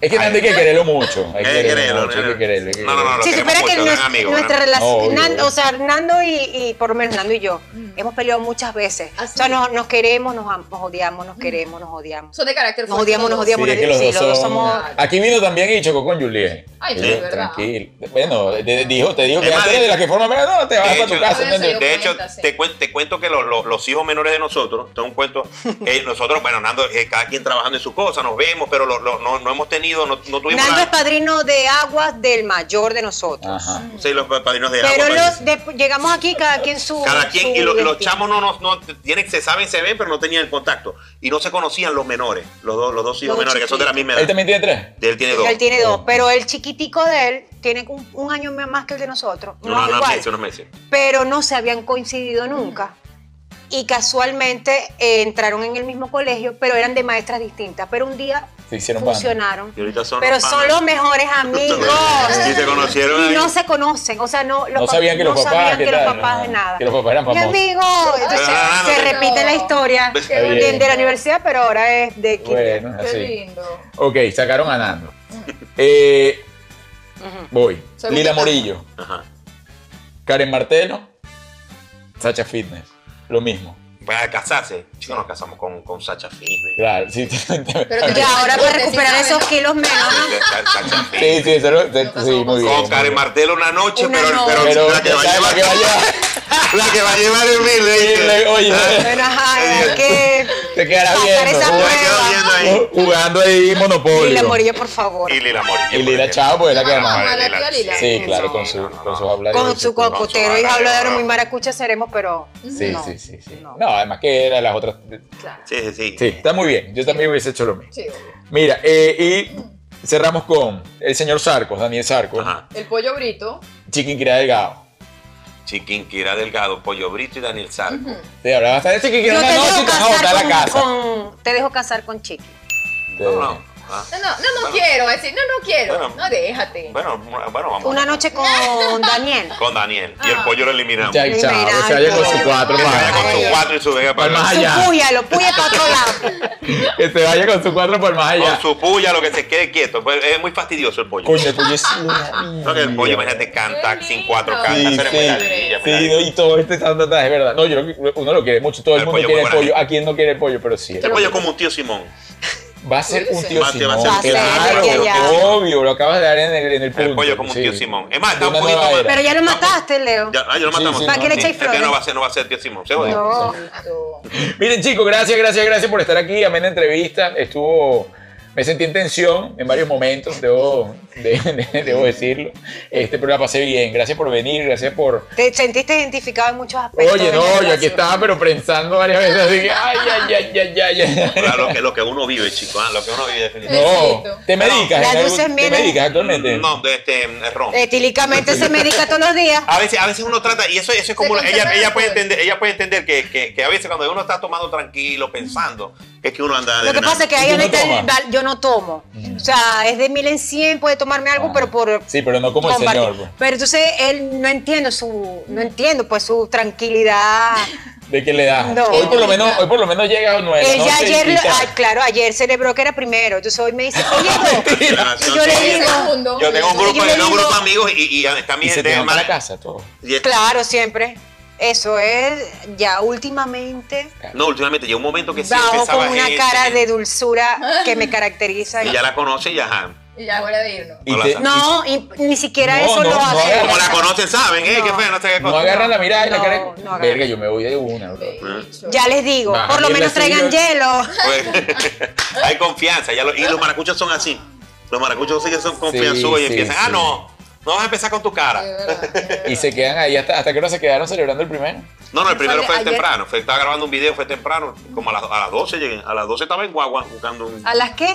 S1: Es que Nando hay que quererlo mucho. Hay
S3: Hay
S1: que
S3: que
S1: quererlo
S3: creerlo,
S1: mucho. Hay que
S3: no,
S1: quererlo. hay que
S3: No, no, no,
S1: quererlo.
S3: lo
S4: Si
S3: queremos
S4: supieras que
S3: mucho,
S4: nues-
S3: gran amigo. gran
S4: nuestra
S3: amigo.
S1: No, obvio,
S4: relación, Nan-
S1: obvio.
S4: o sea, Nando y, y por lo menos Nando y yo, hemos peleado muchas veces.
S2: Mm. ¿Ah, sí? Mm.
S4: O sea, nos, nos queremos, nos, am- nos odiamos, nos queremos, nos odiamos.
S2: Son de carácter
S4: Nos odiamos, nos
S2: los
S1: Sí,
S4: odiamos.
S1: es que los
S4: sí,
S1: dos
S4: los dos
S1: son-
S4: somos-
S1: Aquí vino también y chocó con Juliet.
S2: Ay,
S1: Y
S2: sí,
S1: yo,
S2: es verdad.
S1: Tranquilo. Bueno, te dijo, te dijo que
S3: Es más,
S1: antes eres de la que forma, pero no, te vas para
S3: De
S1: tu
S3: hecho,
S4: Ah,
S1: casa.
S2: Voy a
S1: ¿entendés?
S2: hacer
S3: de hecho,
S2: cuenta, sí.
S3: te, cuen- te cuento que los, los- los hijos menores de nosotros, tengo un cuento, eh, nosotros, bueno, Nando, eh, cada quien trabajando en su cosa, nos vemos, pero lo- lo- no, no hemos tenido, no, no tuvimos
S4: Nando
S3: la-
S4: es padrino de aguas del mayor de nosotros.
S1: Ajá.
S3: sí, los padrinos de
S4: Pero
S3: agua,
S4: los,
S3: parece.
S4: después- llegamos aquí, cada quien su.
S3: cada quien,
S4: su
S3: y lo- los
S4: identidad.
S3: chamos no, nos no tienen, se saben, se ven, pero no tenían contacto. Y no se conocían los menores, los, dos los dos hijos
S4: Los
S3: menores, que son de la misma edad.
S1: Él también tiene tres.
S3: Él tiene dos.
S4: Él tiene dos, pero el chiquitico de él tiene un, un año más que el de nosotros. No,
S3: unos, unos
S4: igual.
S3: meses, unos meses.
S4: pero no se habían coincidido nunca. Y casualmente eh, entraron en el mismo colegio, pero eran de maestras distintas. Pero un día
S1: Se hicieron banda.
S4: funcionaron.
S3: Y ahorita son
S4: Pero
S3: los
S4: son
S3: panas.
S4: los mejores amigos.
S3: Y se conocieron
S4: Y
S3: ahí.
S4: no se conocen, o sea, no, los
S1: No
S4: pap-
S1: sabían que los
S4: no
S1: papás,
S4: sabían
S1: ¿qué
S4: que los
S1: tal?
S4: papás
S1: No,
S4: de nada.
S1: que los papás eran
S4: Mi
S1: famosos.
S4: amigo, entonces
S3: Ah,
S4: se
S3: no.
S4: repite la historia
S3: Pues,
S2: Qué
S1: bien.
S4: de la universidad, pero ahora es de kinder.
S1: Bueno,
S2: Qué
S1: así.
S2: lindo.
S1: Ok, sacaron ganando. Eh, voy.
S2: Soy muy
S1: Lila
S2: capaz.
S1: Morillo,
S3: Ajá.
S1: Karen Martelo, Sacha Fitness. Lo mismo.
S3: Para Pues, casarse. Chicos, nos casamos con, con Sacha Fitness.
S1: Claro, sí. sí,
S2: Pero
S4: Y
S2: te-
S4: ahora
S2: Sí,
S4: para
S2: sí,
S4: recuperar
S2: sabe,
S4: esos
S2: ¿no?
S4: kilos menos, ¿no?
S3: Sacha
S1: sí,
S3: Fitness.
S1: sí, eso lo- sí,
S2: pasó
S1: sí, muy bien.
S3: Con Karen Martelo una noche,
S4: Una
S3: pero,
S4: noche.
S3: pero,
S1: Pero
S3: la que va a
S1: ¿sabes la que va a
S3: llevar.
S1: llevar?
S3: La que va a llevar el
S1: Dile,
S3: Miller.
S1: Oye,
S4: Bueno, ajá, hay que
S1: te quedará
S4: pasar
S1: viendo.
S4: esa
S1: jugando-
S3: Me quedo viendo ahí.
S1: ju- Jugando ahí
S4: Y la
S1: Monopolio.
S4: morilla, por favor.
S3: Y Lila Morillo.
S1: Y
S3: por
S1: Lila
S3: ejemplo.
S1: Chao, pues es la que
S2: Ah,
S1: ganó.
S2: vale. la tía Lila.
S1: Sí, claro,
S4: Sí,
S1: con,
S3: no,
S1: su,
S3: no, no.
S1: con sus habladeros.
S4: Con su cocotero y habladero muy maracucha seremos, pero
S1: Sí,
S4: no.
S1: sí, sí, sí.
S4: No.
S1: No, además que era las otras.
S2: Claro.
S3: Sí, sí, sí.
S1: Sí, está muy bien. Yo también hubiese hecho lo mismo.
S2: Sí, obvio.
S1: Mira, eh, y cerramos con el señor Sarcos, Daniel Sarcos,
S3: Ajá.
S2: El pollo brito.
S1: Chiquinquirá Delgado.
S3: Chiquinquirá Delgado, Pollo Brito y Daniel Sarco.
S1: Te hablaba bastante de Chiquinquirá,
S4: Yo
S1: no,
S4: te
S1: no,
S4: dejo
S1: si te vas a botar a la
S4: casar
S1: casa.
S4: con, con- te dejo casar con Chiqui.
S3: No, no. Ah.
S2: No, no, no, no quiero. va a Decir, no, no quiero.
S3: Bueno.
S2: no, déjate.
S3: Bueno, bueno, vamos.
S4: Una noche Ah. con Daniel.
S3: Con Daniel. Y el pollo lo eliminamos.
S1: Ya, y chao, que se vaya con su cuatro
S3: Que se vaya
S1: para
S3: con su
S4: Ay.
S3: cuatro y su vega
S1: Para
S3: para
S1: más
S4: Su
S1: allá.
S4: puya, lo puya para otro lado.
S1: Que se vaya con su cuatro para más allá.
S3: Con su puya, lo que se quede quieto. Pues es muy fastidioso el pollo.
S1: Coño, el pollo es una
S3: No, que el pollo,
S1: mierda.
S3: imagínate, canta
S2: Qué
S3: sin
S2: lindo.
S3: cuatro
S1: Sí,
S3: canta.
S1: sí,
S3: hacer es muy ladilla, muy
S1: sí,
S3: ladilla.
S1: y todo este tanto atrás, es verdad. No, yo creo que uno lo quiere mucho, todo el,
S3: El
S1: mundo
S3: pollo
S1: quiere el
S3: muy buena
S1: pollo. ¿A quién no quiere el pollo? Pero sí.
S3: El pollo como un tío Simón.
S1: Va a ser un tío
S3: Va a ser-
S1: Simón.
S3: va a
S4: ser un
S1: claro,
S4: tío Simón.
S1: obvio, lo acabas de dar en el, en el punto.
S3: El pollo como un
S1: sí.
S3: tío Simón. Es más, está un
S1: Una
S3: poquito
S1: nueva
S3: más.
S1: era.
S4: Pero ya lo mataste, Leo.
S3: Ya, ah, ya lo
S1: Sí,
S3: matamos.
S1: sí,
S4: ¿Para qué le echáis
S3: Es que
S4: flores?
S3: no va a ser, no va a ser tío Simón. Se jodió.
S4: No.
S2: Listo.
S1: Miren chicos, gracias, gracias, gracias por estar aquí. Amén la entrevista. Estuvo... Me sentí en tensión en varios momentos, debo, de- de- debo decirlo. Este, pero la pasé bien. Gracias por venir, gracias por...
S4: Te sentiste identificado en muchos aspectos.
S1: Oye,
S4: de
S1: no,
S4: la
S1: yo aquí
S4: relación.
S1: estaba, pero pensando varias veces así que... Ay, ay, ay, ay, ay, ay.
S3: Claro, lo que, lo que uno vive, chicos. ah, Lo que uno vive definitivamente.
S1: No, te medicas.
S4: Las
S1: en algún-
S4: luces
S1: te
S4: vienen-
S1: medicas actualmente.
S3: No, de este, es ron.
S4: Eh, Etílicamente se medica todos los días.
S3: A veces, a veces uno trata, y eso, eso es como,
S2: Se
S3: una- ella,
S2: conserva
S3: ella,
S2: el
S3: puede
S2: alcohol.
S3: entender, ella puede entender que, que, que a veces cuando uno está tomando tranquilo, pensando, que es que uno anda...
S4: Lo que pasa es que ahí
S1: ¿Y tú no
S4: ahorita el-
S1: tomas? Mm.
S4: yo no tomo. O sea, es de mil en cien, puede tomarme algo,
S1: Ah,
S4: pero por.
S1: Sí, pero no como el
S4: compartir.
S1: señor. pues.
S4: Pero entonces él no entiendo su. No entiendo, pues su tranquilidad.
S1: pues. ¿De qué le das?
S4: No.
S1: Hoy por lo menos, hoy por lo menos llega a nueve.
S4: él
S1: ¿no?
S4: ya
S1: Sí,
S4: ayer.
S1: y
S4: lo-
S1: tal.
S4: ay, claro, ayer celebró que era primero. Entonces hoy me dice, oye, no.
S3: que
S4: yo le digo-
S2: Segundo.
S3: Yo tengo un grupo,
S4: Yo le
S3: tengo un grupo
S4: digo-
S3: de amigos y, ah, y está mi
S1: y se
S3: gente
S1: te van para
S3: hermana.
S1: la casa todo.
S3: Y es-
S4: Claro, siempre. Eso es. Ya últimamente.
S3: No, últimamente llegó un momento que sí
S4: Bajo
S3: empezaba
S4: con una
S3: gente,
S4: cara de dulzura que me caracteriza.
S3: Y ya la conoce y ya... ajá.
S2: Y ya es hora de irnos.
S1: Y
S3: No
S1: te-
S3: la
S4: No, y ni siquiera
S1: No,
S4: eso
S1: no,
S4: lo
S1: no,
S4: hace.
S3: Como la conocen, saben, ¿eh? Qué feo, no sé qué
S1: No
S3: cosa.
S1: agarran la mirada y la
S4: No,
S1: cara.
S4: no agarran.
S1: Verga, yo me voy de una, bro.
S2: Dicho.
S4: Ya les digo,
S1: Baja
S4: por lo
S1: bien la
S4: menos traigan
S1: silla.
S4: hielo.
S3: Pues, hay confianza. Ya lo- y los maracuchos son así. Los maracuchos sí que son confianzudos
S1: Sí,
S3: y
S1: sí,
S3: empiezan, ah,
S1: sí.
S3: no, no vas a empezar con tu
S2: De
S3: cara.
S2: verdad, de verdad.
S1: Y se quedan ahí hasta, hasta que no se quedaron celebrando el primero.
S3: No, no, el primero fue
S2: Ayer-
S3: temprano. Fue, estaba grabando un video, fue temprano. Como a las, a las 12 llegué. A las 12 estaba en Guagua buscando un.
S4: ¿A las qué?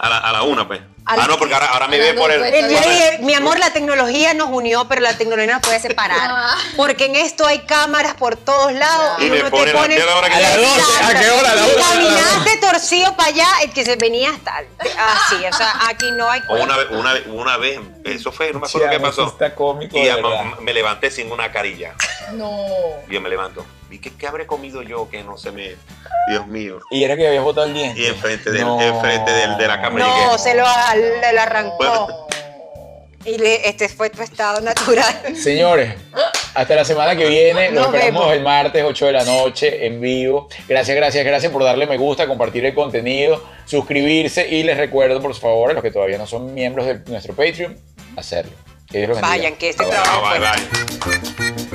S3: A la, a la una, pues.
S4: A
S3: ah,
S4: las-
S3: no, porque ahora, ahora me
S2: a las
S3: ve por
S2: dos,
S3: el.
S2: pues,
S4: Eh, Yo
S2: está bien.
S3: por el-
S4: dije, mi amor, la tecnología nos unió, pero la tecnología nos puede separar.
S2: Ah.
S4: Porque en esto hay cámaras por todos lados.
S3: Y me
S4: uno
S3: pone
S4: te
S3: la
S4: pone.
S3: tierra ahora que-
S1: A las 12, ¿a qué hora? A las
S4: Y
S1: 12, a las 12.
S4: Caminaste torcido para allá, el que se venía hasta así. O sea, aquí no hay.
S3: O una vez, una vez, una vez, eso fue, no me acuerdo
S1: Chamo,
S3: qué
S1: eso
S3: pasó.
S1: Está cómico,
S3: Y
S1: de
S3: ya,
S1: verdad.
S3: me- me levanté sin una carilla.
S2: No.
S3: Yo me levanto. ¿Y qué, qué habré comido yo que no se me. Dios mío.
S1: Y era que habías botado el diente.
S3: Y enfrente del- enfrente del- de la cámara
S4: No,
S3: llegué.
S4: se lo, le lo arrancó.
S3: Bueno.
S4: Y le- este fue tu estado natural.
S1: Señores, hasta la semana que viene. Nos
S4: Nos
S1: esperamos
S4: vemos.
S1: el martes, 8 de la noche, en vivo. Gracias, gracias, gracias por darle me gusta, compartir el contenido, suscribirse y les recuerdo, por favor, a los que todavía no son miembros de nuestro Patreon, hacerlo. Que Dios los bendiga.
S4: Vayan, que este
S1: Bye, bye.
S4: trabajo
S3: Ah, Bye,
S4: fue
S3: bye.